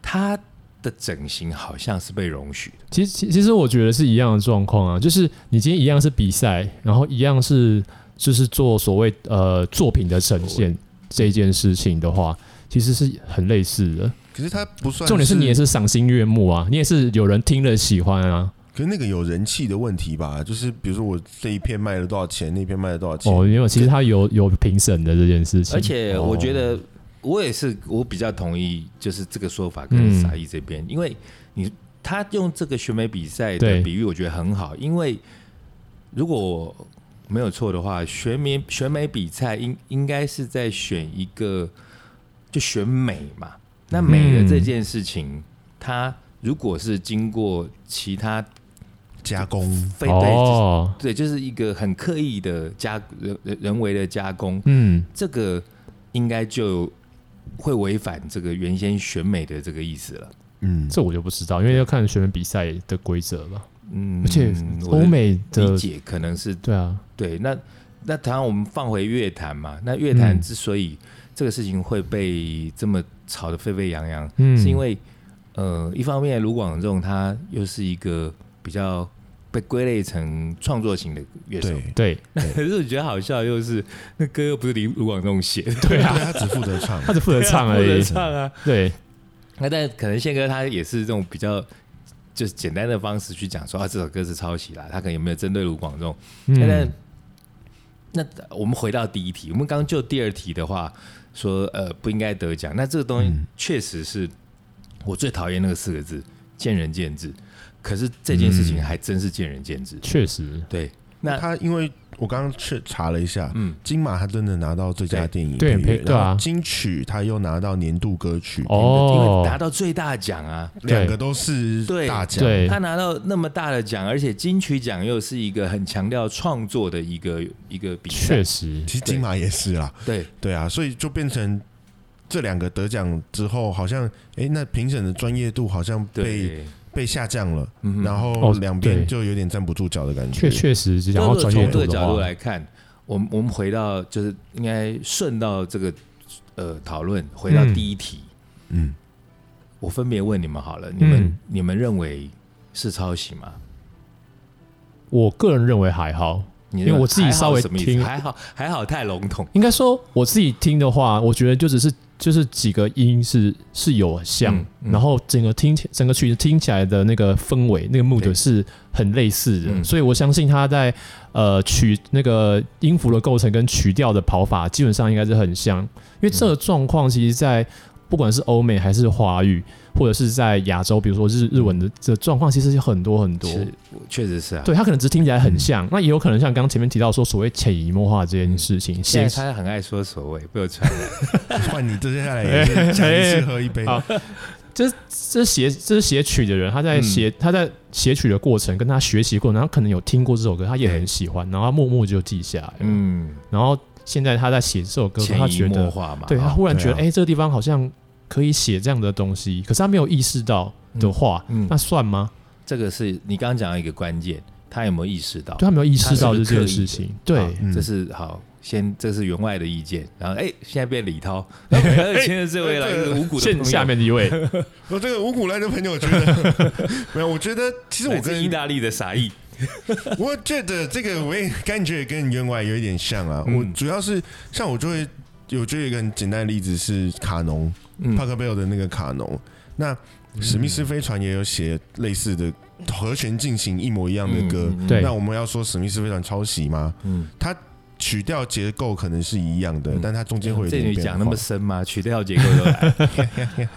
Speaker 1: 她的整形好像是被容许的。
Speaker 5: 其实，其其实我觉得是一样的状况啊，就是你今天一样是比赛，然后一样是就是做所谓呃作品的呈现这件事情的话，其实是很类似的。
Speaker 2: 可是它不算，
Speaker 5: 重点是你也，是赏心悦目啊，你也是有人听了喜欢啊。
Speaker 2: 可是那个有人气的问题吧？就是比如说我这一片卖了多少钱，那片卖了多少钱，
Speaker 5: 哦，因为其实他有有评审的这件事情，哦
Speaker 1: 而且我觉得，我也是我比较同意，就是这个说法跟
Speaker 5: 嗯
Speaker 1: 沙溢这边，因为你他用这个选美比赛的
Speaker 5: 对
Speaker 1: 比喻，我觉得很好，因为如果我没有错的话，选美选美比赛应应该是在选一个就选美嘛，那美的这件事情，它如果是经过其他
Speaker 2: 加工
Speaker 1: 非对、就是
Speaker 5: 哦，
Speaker 1: 对，就是一个很刻意的加人人人为的加工，
Speaker 5: 嗯，
Speaker 1: 这个应该就会违反这个原先选美的这个意思了。
Speaker 2: 嗯，
Speaker 5: 这我就不知道，因为要看选美比赛的规则吧。
Speaker 1: 嗯，
Speaker 5: 而且
Speaker 1: 我
Speaker 5: 欧
Speaker 1: 的
Speaker 5: 美的
Speaker 1: 理解可能是
Speaker 5: 对啊，
Speaker 1: 对。那那当然，我们放回乐坛嘛，那乐坛
Speaker 5: 嗯
Speaker 1: 之所以这个事情会被这么吵得沸沸扬扬，
Speaker 5: 嗯，
Speaker 1: 是因为呃，一方面卢广仲他又是一个比较被归类成创作型的乐手，
Speaker 2: 对。
Speaker 5: 对
Speaker 1: 可是我觉得好笑的就是那歌又不是卢卢广仲写的，
Speaker 5: 对啊，
Speaker 2: 对他只负责 唱，
Speaker 5: 他只负责 唱而
Speaker 1: 不能
Speaker 5: 已，
Speaker 1: 唱啊。
Speaker 5: 对，
Speaker 1: 那但可能宪哥他也是这种比较就是简单的方式去讲说啊这首歌是抄袭啦，他可能也没有针对卢广仲。那但
Speaker 5: 嗯，
Speaker 1: 那我们回到第一题，我们刚就第二题的话说呃不应该得奖，那这个东西
Speaker 5: 嗯
Speaker 1: 确实是我最讨厌那个四个字见仁见智，可是这件事情还真是见仁见智。
Speaker 5: 确实，
Speaker 1: 对，那
Speaker 2: 他因为我刚刚去查了一下，
Speaker 1: 嗯
Speaker 2: 金马他真的拿到最佳电影
Speaker 5: 对
Speaker 2: 配乐
Speaker 5: 对对啊
Speaker 2: 然后金曲他又拿到年度歌曲，
Speaker 1: 因为
Speaker 5: 哦
Speaker 1: 拿，到最大奖啊，
Speaker 2: 两个都是大奖，
Speaker 5: 对
Speaker 1: 他拿到那么大的奖，而且金曲奖又是一个很强调创作的一个一个比赛
Speaker 5: 确，实，
Speaker 2: 其实金马也是啦，
Speaker 1: 对，
Speaker 2: 对啊，所以就变成这两个得奖之后，好像哎，那评审的专业度好像被
Speaker 1: 对，
Speaker 2: 被下降了，
Speaker 1: 嗯哼
Speaker 2: 然后
Speaker 5: 哦
Speaker 2: 两边
Speaker 5: 对
Speaker 2: 就有点站不住脚的感觉
Speaker 5: 确。确实，
Speaker 1: 那
Speaker 5: 然
Speaker 1: 如
Speaker 5: 后
Speaker 1: 果
Speaker 5: 专业
Speaker 1: 从这
Speaker 5: 度
Speaker 1: 个角
Speaker 5: 的
Speaker 1: 度
Speaker 5: 话，
Speaker 1: 来看，我们我们回到就是应该顺到这个呃讨论，回到
Speaker 5: 嗯
Speaker 1: 第一题，
Speaker 2: 嗯，
Speaker 1: 我分别问你们好了，你们、
Speaker 5: 嗯
Speaker 1: 你们认为是抄袭吗？
Speaker 5: 我个人认为还好，
Speaker 1: 你
Speaker 5: 因为
Speaker 1: 认
Speaker 5: 我自己
Speaker 1: 还好
Speaker 5: 稍微
Speaker 1: 什么意思
Speaker 5: 听
Speaker 1: 还好还好太笼 统，
Speaker 5: 应该说我自己听的话，我觉得就只是就是几个音是是有像，
Speaker 1: 嗯嗯
Speaker 5: 然后整个听起整个曲子听起来的那个氛围、那个 mood
Speaker 1: 对
Speaker 5: 是很类似的，
Speaker 1: 嗯
Speaker 5: 所以我相信他在呃曲那个音符的构成跟曲调的跑法基本上应该是很像，因为这个状况其实在不管是欧美还是华语，或者是在亚洲，比如说日日文的这状况，其实有很多很多。
Speaker 1: 是确实是啊。
Speaker 5: 对，它可能只是听起来很像，那也有可能像刚刚前面提到说所谓潜移默化这件事情，
Speaker 1: 嗯现在
Speaker 5: 形
Speaker 1: 他很爱说所谓被我 传染，
Speaker 2: 换你接下来也是强势喝一杯，
Speaker 5: 哎好这这写这是写曲的人，他在
Speaker 1: 嗯
Speaker 5: 写、他在写曲的过程，跟他学习过程，他可能有听过这首歌，他也
Speaker 1: 对
Speaker 5: 很喜欢，然后他默默就记下来。嗯，
Speaker 1: 嗯，
Speaker 5: 然后现在他在写这首歌，
Speaker 1: 潜
Speaker 5: 他
Speaker 1: 移
Speaker 5: 觉
Speaker 1: 默
Speaker 5: 得，
Speaker 1: 化嘛，
Speaker 5: 对他
Speaker 1: 啊
Speaker 5: 忽然觉得，
Speaker 2: 对
Speaker 5: 哎、
Speaker 2: 啊
Speaker 5: 这个地方好像可以写这样的东西，可是他没有意识到的话，
Speaker 1: 嗯嗯
Speaker 5: 那算吗？
Speaker 1: 这个是你刚刚讲到一个关键，他有没有意识到
Speaker 5: 对？他没有意识到
Speaker 1: 他是
Speaker 5: 这
Speaker 1: 不是刻意
Speaker 5: 件事
Speaker 1: 的
Speaker 5: 情，
Speaker 1: 好
Speaker 5: 对，
Speaker 2: 嗯
Speaker 1: 这是好，先这是员外的意见，然后哎，现在变李 涛，然后现在这位来自五谷的朋
Speaker 5: 现
Speaker 1: 友
Speaker 5: 哎下面的一位，
Speaker 2: 我这个五谷来的朋友觉得 没有，我觉得其实我
Speaker 1: 来自
Speaker 2: 跟
Speaker 1: 意大利的傻意，
Speaker 2: 我觉得这个我也感觉跟员外有一点像啊。
Speaker 1: 嗯
Speaker 2: 我主要是像我就会我觉得有一个很简单的例子是卡农，
Speaker 1: 嗯
Speaker 2: 帕克贝尔的那个卡农。那史密斯飞船也有写类似的和弦进行一模一样的歌。
Speaker 5: 对
Speaker 2: 那我们要说史密斯飞船抄袭吗？
Speaker 1: 嗯，
Speaker 2: 曲调结构可能是一样的，
Speaker 1: 嗯
Speaker 2: 但它中间会有一
Speaker 1: 这
Speaker 2: 点
Speaker 1: 你
Speaker 2: 变化
Speaker 1: 讲那么深吗？曲调结构都来了，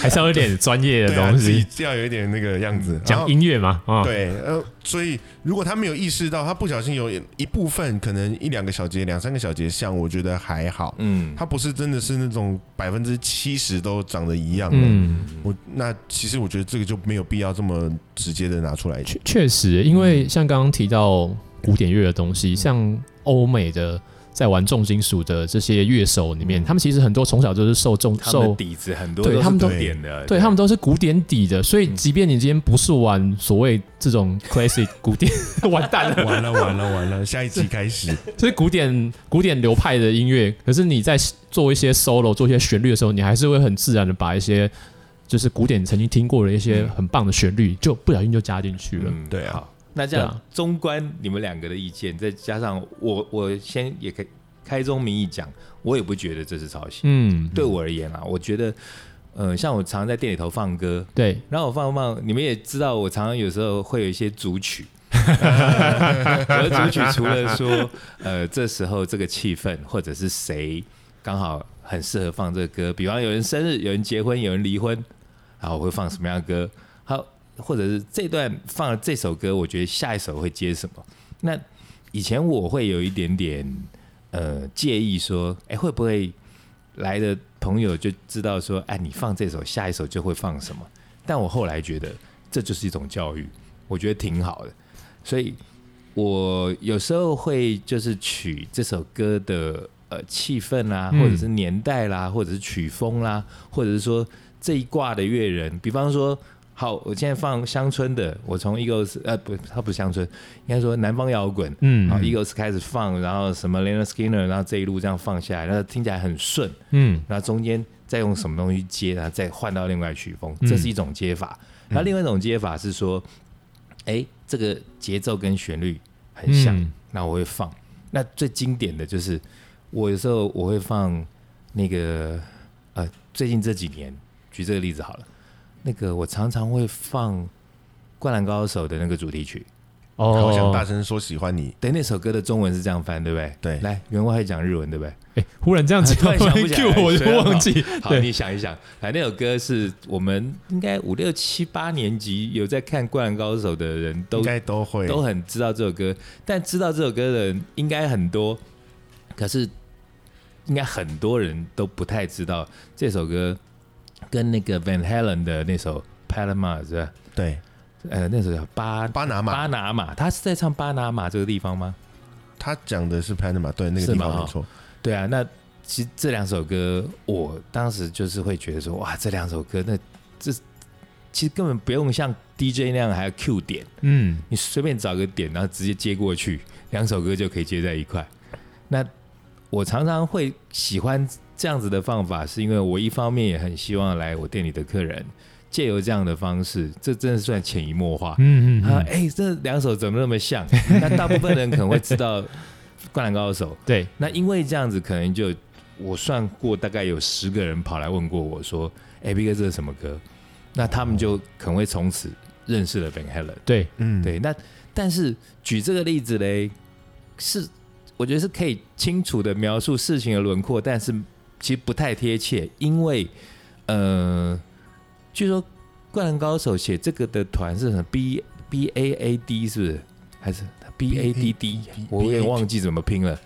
Speaker 5: 还是要有点专业的
Speaker 2: 对啊，
Speaker 5: 东
Speaker 2: 自己
Speaker 5: 西，
Speaker 2: 自己要有一点那个样子。然后
Speaker 5: 讲音乐嘛，啊，
Speaker 2: 对，呃，所以如果他没有意识到，他不小心有一部分可能一两个小节、两三个小节像，我觉得还好。
Speaker 1: 嗯，
Speaker 2: 他不是真的是那种百分之七十都长得一样的。
Speaker 5: 嗯，
Speaker 2: 我那其实我觉得这个就没有必要这么直接的拿出来。
Speaker 5: 确确实，因
Speaker 1: 嗯
Speaker 5: 为像刚刚提到古典乐的东西，像欧美的在玩重金属的这些乐手里面，他们其实很多从小就是受重
Speaker 1: 嗯他们的
Speaker 5: 受。
Speaker 1: 底子很多
Speaker 5: 对
Speaker 1: 都
Speaker 5: 他
Speaker 1: 是
Speaker 5: 们
Speaker 1: 古
Speaker 5: 都
Speaker 1: 典的，嗯
Speaker 5: 对他们都是古典底的，所以即便你今天不是玩所谓这种 classic 古典， 完蛋了，
Speaker 2: 完了完了完 了，下一集开始。
Speaker 5: 就是古典古典流派的音乐，可是你在做一些 solo、做一些旋律的时候，你还是会很自然的把一些就是古典曾经听过的一些很棒的旋律，就不小心就加进去了。
Speaker 1: 嗯
Speaker 2: 对啊
Speaker 1: 好那这
Speaker 5: 对
Speaker 1: 样
Speaker 5: 啊
Speaker 1: 中观你们两个的意见，再加上我，我先也可以开宗明义讲，我也不觉得这是抄袭。
Speaker 5: 嗯，
Speaker 1: 对我而言啊，我觉得，呃，像我常在店里头放歌，
Speaker 5: 对，
Speaker 1: 然后我放放，你们也知道，我常常有时候会有一些组曲。我的组曲除了说，呃，这时候这个气氛，或者是谁刚好很适合放这个歌，比方有人生日，有人结婚，有人离婚，然后我会放什么样的歌？好，或者是这段放了这首歌，我觉得下一首会接什么？那以前我会有一点点呃介意说，哎，会不会来的朋友就知道说，哎，你放这首，下一首就会放什么？但我后来觉得这就是一种教育，我觉得挺好的。所以我有时候会就是取这首歌的呃气氛啦、
Speaker 5: 嗯
Speaker 1: 或者是年代啦，或者是曲风啦，或者是说这一挂的乐人，比方说。好，我现在放乡村的，我从 Eagles 呃不，它不是乡村，应该说南方摇滚，
Speaker 5: 嗯
Speaker 1: 好 Eagles 开始放，然后什么 Leonard Skinner，然后这一路这样放下来，然后听起来很顺，
Speaker 5: 嗯，
Speaker 1: 然后中间再用什么东西接，然后再换到另外曲风，
Speaker 5: 嗯
Speaker 1: 这是一种接法。然后另外一种接法是说，哎、这个节奏跟旋律很像
Speaker 5: 嗯，
Speaker 1: 那、我会放。那最经典的就是，我有时候我会放那个呃，最近这几年，举这个例子好了，那个我常常会放《灌篮高手》的那个主题曲。
Speaker 5: 哦，
Speaker 2: 好想大声说喜欢你，
Speaker 1: 对，那首歌的中文是这样翻，对不对？
Speaker 2: 对
Speaker 1: 来，员工还讲日文，对不对？
Speaker 5: 哎、忽 然这样 子，
Speaker 1: 突然想不起
Speaker 5: Q
Speaker 1: 来
Speaker 5: 我就
Speaker 1: 谁啊
Speaker 5: 忘记。
Speaker 1: 好，
Speaker 5: 对，
Speaker 1: 你想一想，来那首歌是我们应该五六七八年级有在看《灌篮高手》的人
Speaker 2: 应
Speaker 1: 都
Speaker 2: 该都会。
Speaker 1: 哦都很知道这首歌，但知道这首歌的人应该很多，可是应该很多人都不太知道这首歌跟那个 Van Halen 的那首 Panama 是吧？
Speaker 2: 对，
Speaker 1: 呃，那首叫巴
Speaker 2: 巴拿马
Speaker 1: 巴拿马，他是在唱巴拿马这个地方吗？
Speaker 2: 他讲的是 Panama，对那个
Speaker 1: 是
Speaker 2: 地
Speaker 1: 吗
Speaker 2: 方没错。
Speaker 1: 对啊，那其实这两首歌，我当时就是会觉得说，哇，这两首歌，那这其实根本不用像 DJ 那样还要 Q 点，
Speaker 5: 嗯，
Speaker 1: 你随便找个点，然后直接接过去，两首歌就可以接在一块。那我常常会喜欢这样子的方法，是因为我一方面也很希望来我店里的客人借由这样的方式，这真的算潜移默化。
Speaker 5: 嗯嗯
Speaker 1: 啊，
Speaker 5: 嗯，
Speaker 1: 哎、这两首怎么那么像？那大部分人可能会知道《 灌篮高手》，
Speaker 5: 对，
Speaker 1: 那因为这样子，可能就我算过，大概有十个人跑来问过我说：“哎、b 哥，这是什么歌？”那他们就可能会从此认识了 Van Halen。
Speaker 5: 对，
Speaker 2: 嗯，
Speaker 1: 对，那但是举这个例子嘞，是我觉得是可以清楚的描述事情的轮廓，但是其实不太贴切，因为呃，据说《灌篮高手》写这个的团是什么 B B A A D 是不是？还是 B A D D？我有点忘记怎么拼了。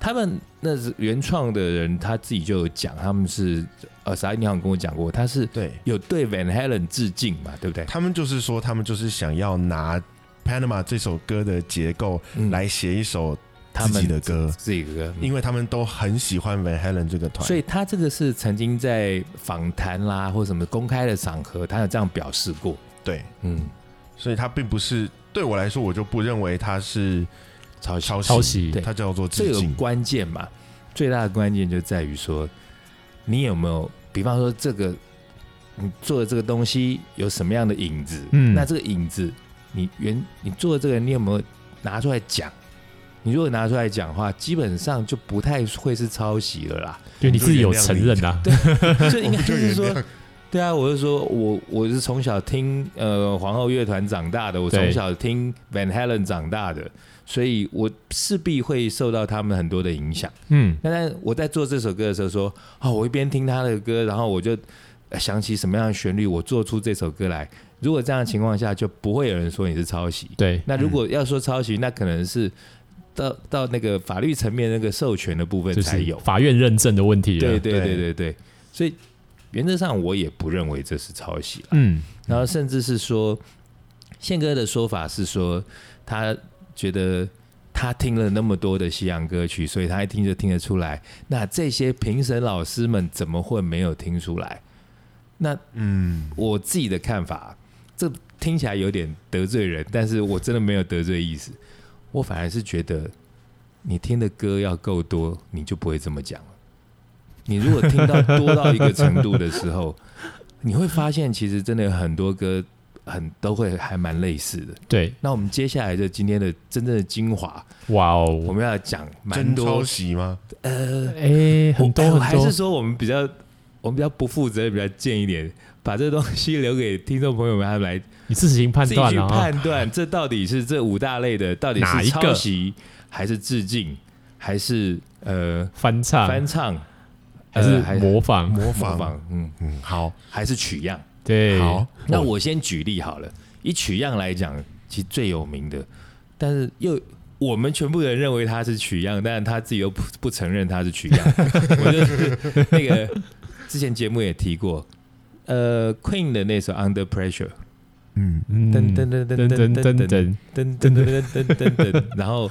Speaker 1: 他们那是原创的人，他自己就有讲，他们是呃，啥？你好像跟我讲过，他是
Speaker 2: 对，
Speaker 1: 有对 Van Halen 致敬嘛，对不对？
Speaker 2: 他们就是说，他们就是想要拿 Panama 这首歌的结构
Speaker 1: 嗯
Speaker 2: 来写一首
Speaker 1: 他
Speaker 2: 自
Speaker 1: 们
Speaker 2: 己的歌
Speaker 1: 自己的歌，嗯
Speaker 2: 因为他们都很喜欢 Van Halen 这个团，
Speaker 1: 所以他这个是曾经在访谈啦，或什么公开的场合，他有这样表示过。
Speaker 2: 对，
Speaker 1: 嗯，
Speaker 2: 所以他并不是对我来说，我就不认为他是
Speaker 1: 抄袭，
Speaker 2: 抄袭，
Speaker 5: 抄袭
Speaker 1: 对
Speaker 2: 他叫做
Speaker 1: 这
Speaker 2: 致
Speaker 1: 个
Speaker 2: 敬。
Speaker 1: 关键嘛，最大的关键就在于说，你有没有，比方说这个你做的这个东西有什么样的影子？
Speaker 5: 嗯
Speaker 1: 那这个影子，你原你做的这个，你有没有拿出来讲？你如果拿出来讲话，基本上就不太会是抄袭了 啦。
Speaker 5: 因为你自己有承认啊，
Speaker 1: 就应该
Speaker 2: 我
Speaker 1: 就
Speaker 2: 就是原
Speaker 1: 说，
Speaker 2: 谅。
Speaker 1: 对啊，我就说我我是从小听呃皇后乐团长大的，我
Speaker 5: 对
Speaker 1: 从小听 Van Halen 长大的，所以我势必会受到他们很多的影响。
Speaker 5: 嗯，
Speaker 1: 那但我在做这首歌的时候说，哦，我一边听他的歌，然后我就呃想起什么样的旋律，我做出这首歌来。如果这样的情况下，就不会有人说你是抄袭。
Speaker 5: 对，
Speaker 1: 那如果要说抄袭，那可能是到到那个法律层面那个授权的部分
Speaker 5: 就
Speaker 1: 才
Speaker 5: 是
Speaker 1: 有。
Speaker 5: 法院认证的问题了，
Speaker 1: 对对
Speaker 2: 对
Speaker 1: 对对对，所以原则上我也不认为这是抄袭啦
Speaker 5: 嗯，
Speaker 1: 然后甚至是说，宪哥的说法是说，他觉得他听了那么多的西洋歌曲，所以他一听就听得出来。那这些评审老师们怎么会没有听出来？那
Speaker 2: 嗯，
Speaker 1: 我自己的看法，这听起来有点得罪人，但是我真的没有得罪意思。我反而是觉得，你听的歌要够多，你就不会这么讲了。你如果听到多到一个程度的时候，你会发现其实真的有很多歌很都会还蛮类似的。
Speaker 5: 对，
Speaker 1: 那我们接下来的今天的真正的精华，
Speaker 5: 哇
Speaker 1: 我
Speaker 5: 哦，
Speaker 1: 们要讲蛮
Speaker 2: 真抄
Speaker 1: 多
Speaker 2: 袭吗？
Speaker 5: 哎，很多
Speaker 1: 我
Speaker 5: 很
Speaker 1: 还
Speaker 5: 多
Speaker 1: 是，说我们比较我们比较不负责任，比较贱一点，把这东西留给听众朋友们他们来
Speaker 5: 你自行判
Speaker 1: 自己
Speaker 5: 断
Speaker 1: 去
Speaker 5: 了啊，
Speaker 1: 判断这到底是这五大类的到底
Speaker 5: 哪一
Speaker 1: 是
Speaker 5: 个
Speaker 1: 抄袭还是致敬，还是呃
Speaker 5: 翻唱
Speaker 1: 翻唱，
Speaker 5: 啊还
Speaker 1: 呃
Speaker 5: 是模仿，
Speaker 2: 模
Speaker 1: 模
Speaker 2: 仿？
Speaker 1: 仿，嗯，
Speaker 2: 嗯，好，
Speaker 1: 还是取样。
Speaker 5: 对，
Speaker 2: 好，
Speaker 1: 那我先举例好了，以取样来讲，其实最有名的，但是又我们全部人认为他是取样，但是他自己又不不承认他是取 样。我就是那个之前节目也提过，呃，Queen 的那首《Under Pressure》。
Speaker 2: 嗯，
Speaker 5: 嗯
Speaker 1: 噔噔噔噔
Speaker 5: 噔
Speaker 1: 噔噔噔，噔
Speaker 5: 噔噔噔
Speaker 1: 噔噔噔噔噔噔，然后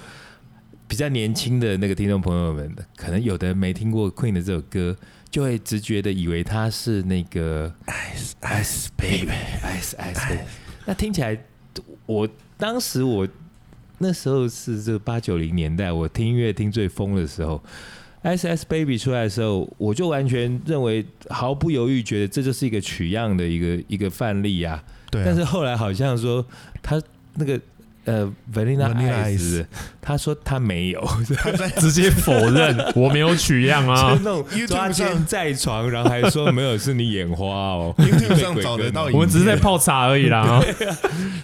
Speaker 1: 比较年轻的那个听众朋友们，可能有的人没听过 Queen 的这首歌，就会直觉的以为它是那个 Ice Ice Baby，Ice Ice Baby。那听起来，我当时我那时候是这八九零年代，我听音乐听最疯的时候。S S Baby 出来的时候，我就完全认为毫不犹豫，觉得这就是一个取样的一个一个范例啊。
Speaker 2: 对啊。
Speaker 1: 但是后来好像说他那个呃 Vanilla
Speaker 2: Vanilla
Speaker 1: Ice，是他说他没有，
Speaker 2: 他在
Speaker 5: 直接否 认我没有取样
Speaker 1: 就
Speaker 5: 啊
Speaker 1: 是，那种
Speaker 2: YouTube
Speaker 1: 抓奸
Speaker 2: 上
Speaker 1: 在床，然后还说没有是你眼花哦
Speaker 2: YouTube 上找得到
Speaker 1: 你被鬼跟
Speaker 5: 我们只是在泡茶而已啦 啊，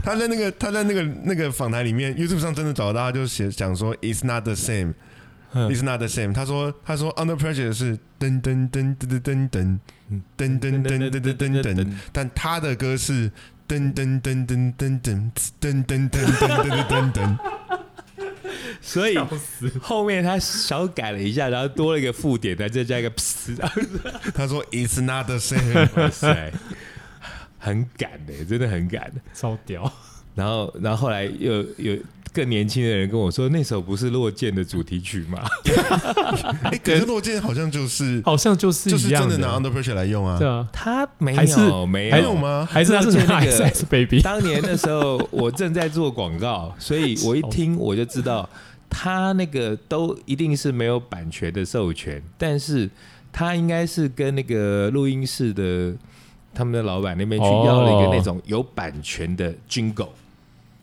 Speaker 2: 他在那个他在那个那个访谈里面，YouTube 上真的找到他，就写讲说 "It's not the same,
Speaker 1: 嗯
Speaker 2: It's not the same"。他说他说 "Under pressure" 是噔噔噔噔噔噔噔噔噔噔噔噔噔噔，但他的歌是噔噔噔噔噔噔噔噔噔噔噔噔噔。
Speaker 1: 所以后面他小改了一下，然后多了一个附点，再加一个噗，然后
Speaker 2: 他说 "It's not the same"，
Speaker 1: 哇塞，很赶的、真的很赶。
Speaker 5: 超屌，
Speaker 1: 然后，然后后来又有更年轻的人跟我说，那首不是《落剑》的主题曲吗？
Speaker 2: 哎，可是洛剑好像就是
Speaker 5: 好像哦就是
Speaker 2: 就
Speaker 5: 一
Speaker 2: 是
Speaker 5: 样
Speaker 2: 真的拿 Under pressure 来用啊
Speaker 5: 对，啊，
Speaker 1: 他没
Speaker 5: 还是
Speaker 1: 有，没
Speaker 5: 还
Speaker 2: 还
Speaker 1: 有
Speaker 2: 有吗？
Speaker 5: 还是他是
Speaker 1: 啊那个
Speaker 5: 拿 S baby，
Speaker 1: 当年的时候，我正在做广告， 所以我一听我就知道，他那个都一定是没有版权的授权，但是他应该是跟那个录音室的他们的老板那边去
Speaker 5: 哦
Speaker 1: 要了一个那种有版权的 jingle，、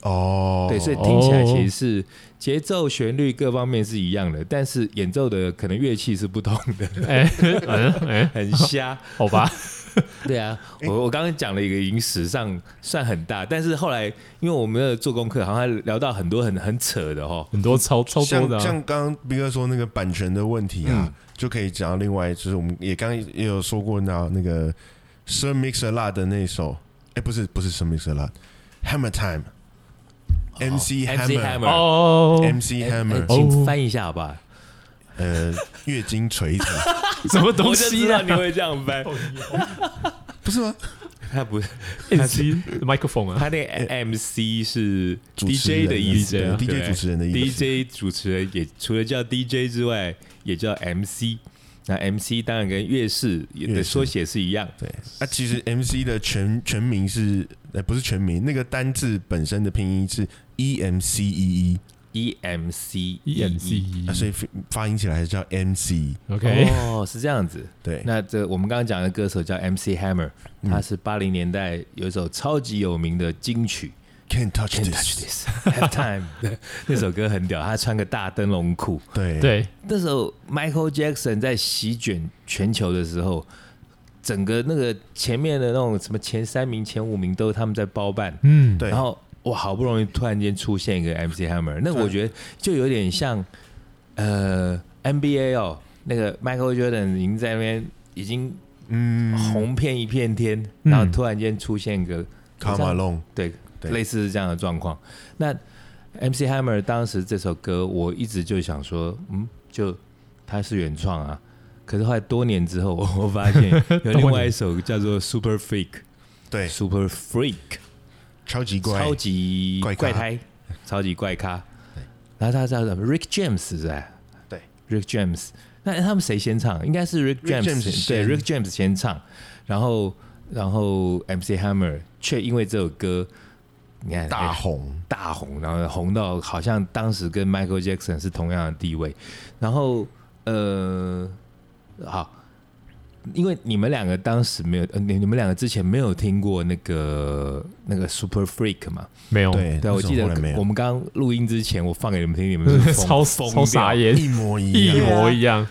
Speaker 2: 哦，
Speaker 1: 对，所以听起来其实是节奏、旋律各方面是一样的，但是演奏的可能乐器是不同的，
Speaker 5: 哎嗯哎，
Speaker 1: 很瞎。
Speaker 5: 好吧，
Speaker 1: 对啊，我我刚刚讲了一个影史上算很大，但是后来因为我们有做功课，好像聊到很多很很扯的哦。
Speaker 5: 很多超超多
Speaker 2: 像
Speaker 5: 的啊，
Speaker 2: 像刚刚斌哥说那个版权的问题啊，就可以讲到另外，就是我们也刚刚也有说过那那个 Sir Mix a Lot 的那首，哎、不是不是 Sir Mix a Lot，Hammer Time，MC
Speaker 1: MC
Speaker 2: Hammer。
Speaker 1: Hammer，
Speaker 5: 哦，
Speaker 2: MC
Speaker 1: 哎
Speaker 2: Hammer，
Speaker 1: 请翻一下好吧？
Speaker 2: 呃，月经锤子
Speaker 5: 什么
Speaker 2: 哦
Speaker 1: 我
Speaker 5: 东
Speaker 1: 就知
Speaker 5: 西
Speaker 1: 道
Speaker 5: 啊？
Speaker 1: 你会这样翻，
Speaker 2: 不是吗？
Speaker 1: 他不是，
Speaker 5: MC 麦克风 啊，
Speaker 1: 他那个 MC 是
Speaker 2: 主持人
Speaker 1: DJ 的意思
Speaker 5: DJ 啊
Speaker 1: 对
Speaker 2: ，DJ 主持人的意思
Speaker 1: ，DJ 主持人也除了叫 DJ 之外，也叫 MC。那 MC 当然跟乐视
Speaker 2: 乐
Speaker 1: 的
Speaker 2: 视
Speaker 1: 缩写是一样，
Speaker 2: 对，啊，其实 MC 的全全名是，呃，不是全名，那个单字本身的拼音是 E M C E
Speaker 1: ，EMC
Speaker 2: E，、啊、所
Speaker 5: EMC
Speaker 2: 以发音起来还是叫 MC。
Speaker 5: OK，
Speaker 1: 哦，是这样子。
Speaker 2: 对，
Speaker 1: 那这我们刚刚讲的嗯歌手叫 MC Hammer，他是八零年代有一首超级有名的金曲，
Speaker 2: Can't touch
Speaker 1: Can't
Speaker 2: this，
Speaker 1: touch this. Have time 对。那首歌很屌，他穿个大灯笼裤。
Speaker 2: 对
Speaker 5: 对，
Speaker 1: 那时候 Michael Jackson 在席卷全球的时候，整个那个前面的那种什么前三名、前五名都他们在包办，
Speaker 5: 嗯，
Speaker 2: 对
Speaker 1: 然后哇，好不容易突然间出现一个 MC Hammer，那我觉得就有点像呃 NBA 哦，那个 Michael Jordan 已经在那边已经
Speaker 2: 嗯
Speaker 1: 红遍一片天，
Speaker 5: 嗯
Speaker 1: 然后突然间出现一个好
Speaker 2: Come
Speaker 1: 像
Speaker 2: along，
Speaker 1: 对，
Speaker 2: 对
Speaker 1: 类似这样的状况。那 MC Hammer 当时这首歌，我一直就想说，嗯，就它是原创啊。可是后来多年之后，我发现有另外一首叫做 Super Freak，Super
Speaker 2: 对，
Speaker 1: Freak，
Speaker 2: 超级乖，
Speaker 1: 超级
Speaker 2: 怪咖
Speaker 1: 怪胎，超级怪咖。然后他叫什么？Rick James 是不是？
Speaker 2: 对
Speaker 1: ，Rick James。那他们谁先唱？应该是 Rick
Speaker 2: Rick
Speaker 1: James，,
Speaker 2: James
Speaker 1: 对
Speaker 2: 先
Speaker 1: ，Rick James 先唱，然后然后 MC Hammer 却因为这首歌，你看哎
Speaker 2: 大红，
Speaker 1: 大红，然后红到好像当时跟 Michael Jackson 是同样的地位。然后呃，好，因为你们两个当时没有，呃、你你们两个之前没有听过那个那个 Super Freak 嘛？
Speaker 5: 没有，
Speaker 2: 对，
Speaker 1: 对，我
Speaker 2: 为什么
Speaker 1: 记得
Speaker 2: 后来没有
Speaker 1: 我们刚录音之前，我放给你们听，你们 是疯
Speaker 5: 超
Speaker 1: 疯
Speaker 5: 超
Speaker 1: 掉
Speaker 5: 傻眼，
Speaker 2: 一模一
Speaker 5: 一
Speaker 2: 样，
Speaker 5: 模一样，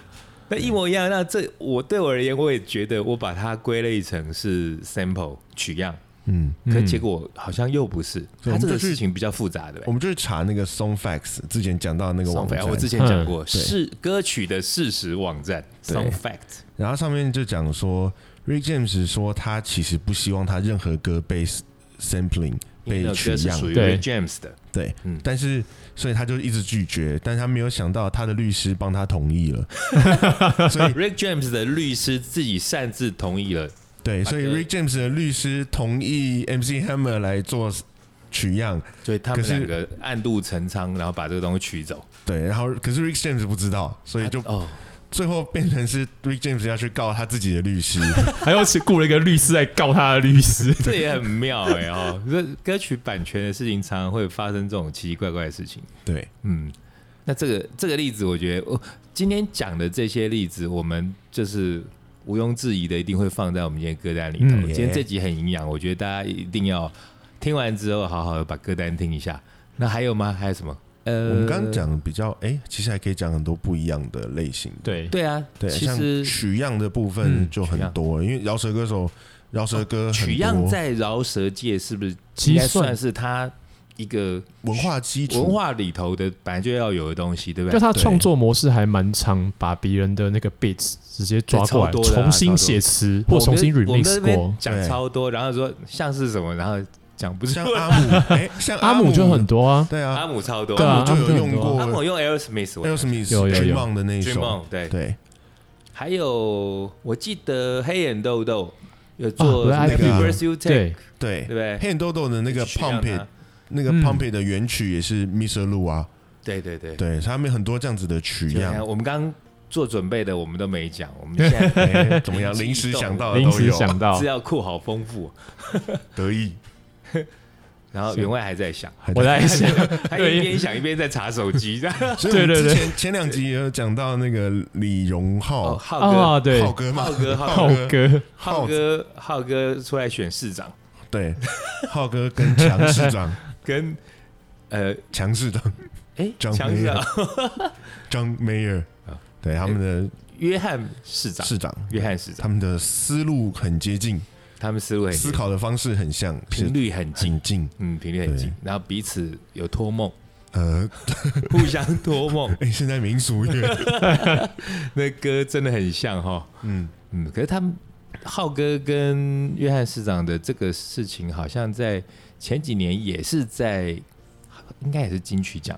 Speaker 1: 那一模一样。那这我对我而言，我也觉得我把它归类成是 sample 取样，
Speaker 2: 嗯，
Speaker 1: 可
Speaker 5: 嗯
Speaker 1: 结果好像又不是。
Speaker 2: 我
Speaker 1: 它
Speaker 2: 们
Speaker 1: 这个
Speaker 2: 就是
Speaker 1: 事情比较复杂的。
Speaker 2: 我们就去查那个 Songfacts，之前讲到那个网
Speaker 1: Song
Speaker 2: 站
Speaker 1: Fact，，我之前讲
Speaker 5: 嗯
Speaker 1: 过，
Speaker 2: 对
Speaker 1: 是歌曲的事实网站
Speaker 2: 对
Speaker 1: Song Fact。
Speaker 2: 然后上面就讲说，Rick James 说他其实不希望他任何歌被 sampling
Speaker 1: 因为
Speaker 2: 被
Speaker 1: 那首
Speaker 2: 取
Speaker 1: 歌是
Speaker 2: 样，
Speaker 1: 属于
Speaker 5: 对
Speaker 1: Rick James 的，
Speaker 2: 对，
Speaker 1: 嗯
Speaker 2: 但是所以他就一直拒绝，但他没有想到他的律师帮他同意了，所以
Speaker 1: ，Rick James 的律师自己擅自同意了，
Speaker 2: 对，所以 Rick James 的律师同意 MC Hammer 来做取样，
Speaker 1: 所以他们
Speaker 2: 可是
Speaker 1: 两个暗度陈仓，然后把这个东西取走。
Speaker 2: 对，然后可是 Rick James 不知道，所以就
Speaker 1: 哦，，
Speaker 2: 最后变成是 Rick James 要去告他自己的律师，
Speaker 5: 还要去雇了一个律师来告他的律师
Speaker 1: 这也很妙哎、哦，这歌曲版权的事情常常会发生这种奇奇怪怪的事情。
Speaker 2: 对，
Speaker 1: 嗯，那这个这个例子，我觉得我哦今天讲的这些例子，我们就是毋庸置疑的，一定会放在我们今天歌单里头。
Speaker 5: 嗯
Speaker 1: 今天这集很营养，我觉得大家一定要听完之后，好好的把歌单听一下。那还有吗？还有什么？呃，
Speaker 2: 我们刚刚讲的比较，哎、其实还可以讲很多不一样的类型。
Speaker 5: 对，
Speaker 1: 对啊，
Speaker 2: 对，
Speaker 1: 其
Speaker 2: 像
Speaker 1: 实
Speaker 2: 取样的部分
Speaker 5: 嗯
Speaker 2: 就很多，因为饶舌歌手饶舌歌很多
Speaker 1: 哦取样在饶舌界是不是
Speaker 5: 其
Speaker 1: 应
Speaker 5: 实
Speaker 1: 该算是他一个
Speaker 2: 文化基础，
Speaker 1: 文化里头的本来就要有的东西，对不
Speaker 5: 就
Speaker 1: 对？
Speaker 5: 他的创作模式还蛮常把别人的那个 beats 直接抓过来，
Speaker 1: 对超多的啊
Speaker 5: 重新写词
Speaker 1: 我
Speaker 5: 或
Speaker 1: 们
Speaker 5: 重新
Speaker 1: 我们在
Speaker 5: remix
Speaker 1: 那边
Speaker 5: 过。
Speaker 1: 讲
Speaker 2: 对
Speaker 1: 超多，然后说像是什么，然后讲不是
Speaker 2: 像阿姆，哎、像
Speaker 5: 阿
Speaker 2: 姆
Speaker 5: 姆就很，多啊，
Speaker 2: 对
Speaker 1: 阿
Speaker 2: 啊，
Speaker 1: 姆超多，
Speaker 5: 对啊
Speaker 2: 阿姆就有用
Speaker 5: 阿姆
Speaker 1: 阿姆
Speaker 2: 过
Speaker 1: 用 Aerosmith，我
Speaker 2: Aerosmith
Speaker 5: 有有有
Speaker 2: Dream On 的那一
Speaker 1: Dream
Speaker 2: 首，
Speaker 1: On 对，
Speaker 2: 对，
Speaker 1: 还有我记得黑眼豆豆有
Speaker 5: 啊
Speaker 1: 做那
Speaker 5: ，Black
Speaker 1: 个
Speaker 2: Eyed Peas
Speaker 1: Reverse You Take，
Speaker 5: 对，
Speaker 2: 对
Speaker 1: 对不对？
Speaker 2: 黑人豆豆的那个
Speaker 1: 取样
Speaker 2: Pump
Speaker 1: 啊
Speaker 2: It，那个
Speaker 5: 嗯
Speaker 2: Pump It 的原曲也是 Mr. Lu 啊，
Speaker 1: 对对对，
Speaker 2: 对，他们很多这样子的取
Speaker 1: 就像
Speaker 2: 样，
Speaker 1: 我们刚刚做准备的，我们都没讲，我们现在
Speaker 2: 哎，怎么样？临时想到的
Speaker 5: 临
Speaker 1: 哦
Speaker 2: 都
Speaker 5: 时
Speaker 2: 有，
Speaker 5: 想到
Speaker 1: 资，料库好丰富，
Speaker 2: 得意，
Speaker 1: 然后员外还在想，
Speaker 2: 还
Speaker 5: 我在 想，
Speaker 1: 他一
Speaker 5: 对
Speaker 1: 边想一边在查手机，这样
Speaker 2: 所以我们
Speaker 5: 对对
Speaker 2: 之
Speaker 5: 对
Speaker 2: 前前两集也有讲到那个李荣
Speaker 1: 哦，
Speaker 2: 浩，
Speaker 1: 浩
Speaker 5: 啊，
Speaker 1: 哥，
Speaker 5: 对，
Speaker 2: 浩哥嘛，
Speaker 1: 浩哥浩
Speaker 5: 浩哥，
Speaker 1: 浩哥，浩哥出来选市长，
Speaker 2: 对，浩哥跟强市 长，
Speaker 1: 跟呃，
Speaker 2: 强市长
Speaker 1: 哎，
Speaker 2: 张
Speaker 1: 强市
Speaker 2: 飞
Speaker 1: 长
Speaker 2: 啊，张 Mayer，
Speaker 1: 啊
Speaker 2: 对他们
Speaker 1: 约翰市
Speaker 2: 的
Speaker 1: 长，
Speaker 2: 市长，
Speaker 1: 约翰市
Speaker 2: 他
Speaker 1: 长，
Speaker 2: 们的思路很接近，
Speaker 1: 他们思路很
Speaker 2: 思考的方式很像，是
Speaker 1: 频率很近
Speaker 2: 很，近，
Speaker 1: 嗯，频率很近
Speaker 2: 对，
Speaker 1: 然后彼此有托梦，
Speaker 2: 呃，，
Speaker 1: 互相托梦
Speaker 2: 哎，现在民俗乐，
Speaker 1: 那歌真的很像哈，
Speaker 2: 嗯，
Speaker 1: 嗯，可是他们浩哥跟约翰市长的这个事情，好像在前几年也是在，应该也是金曲奖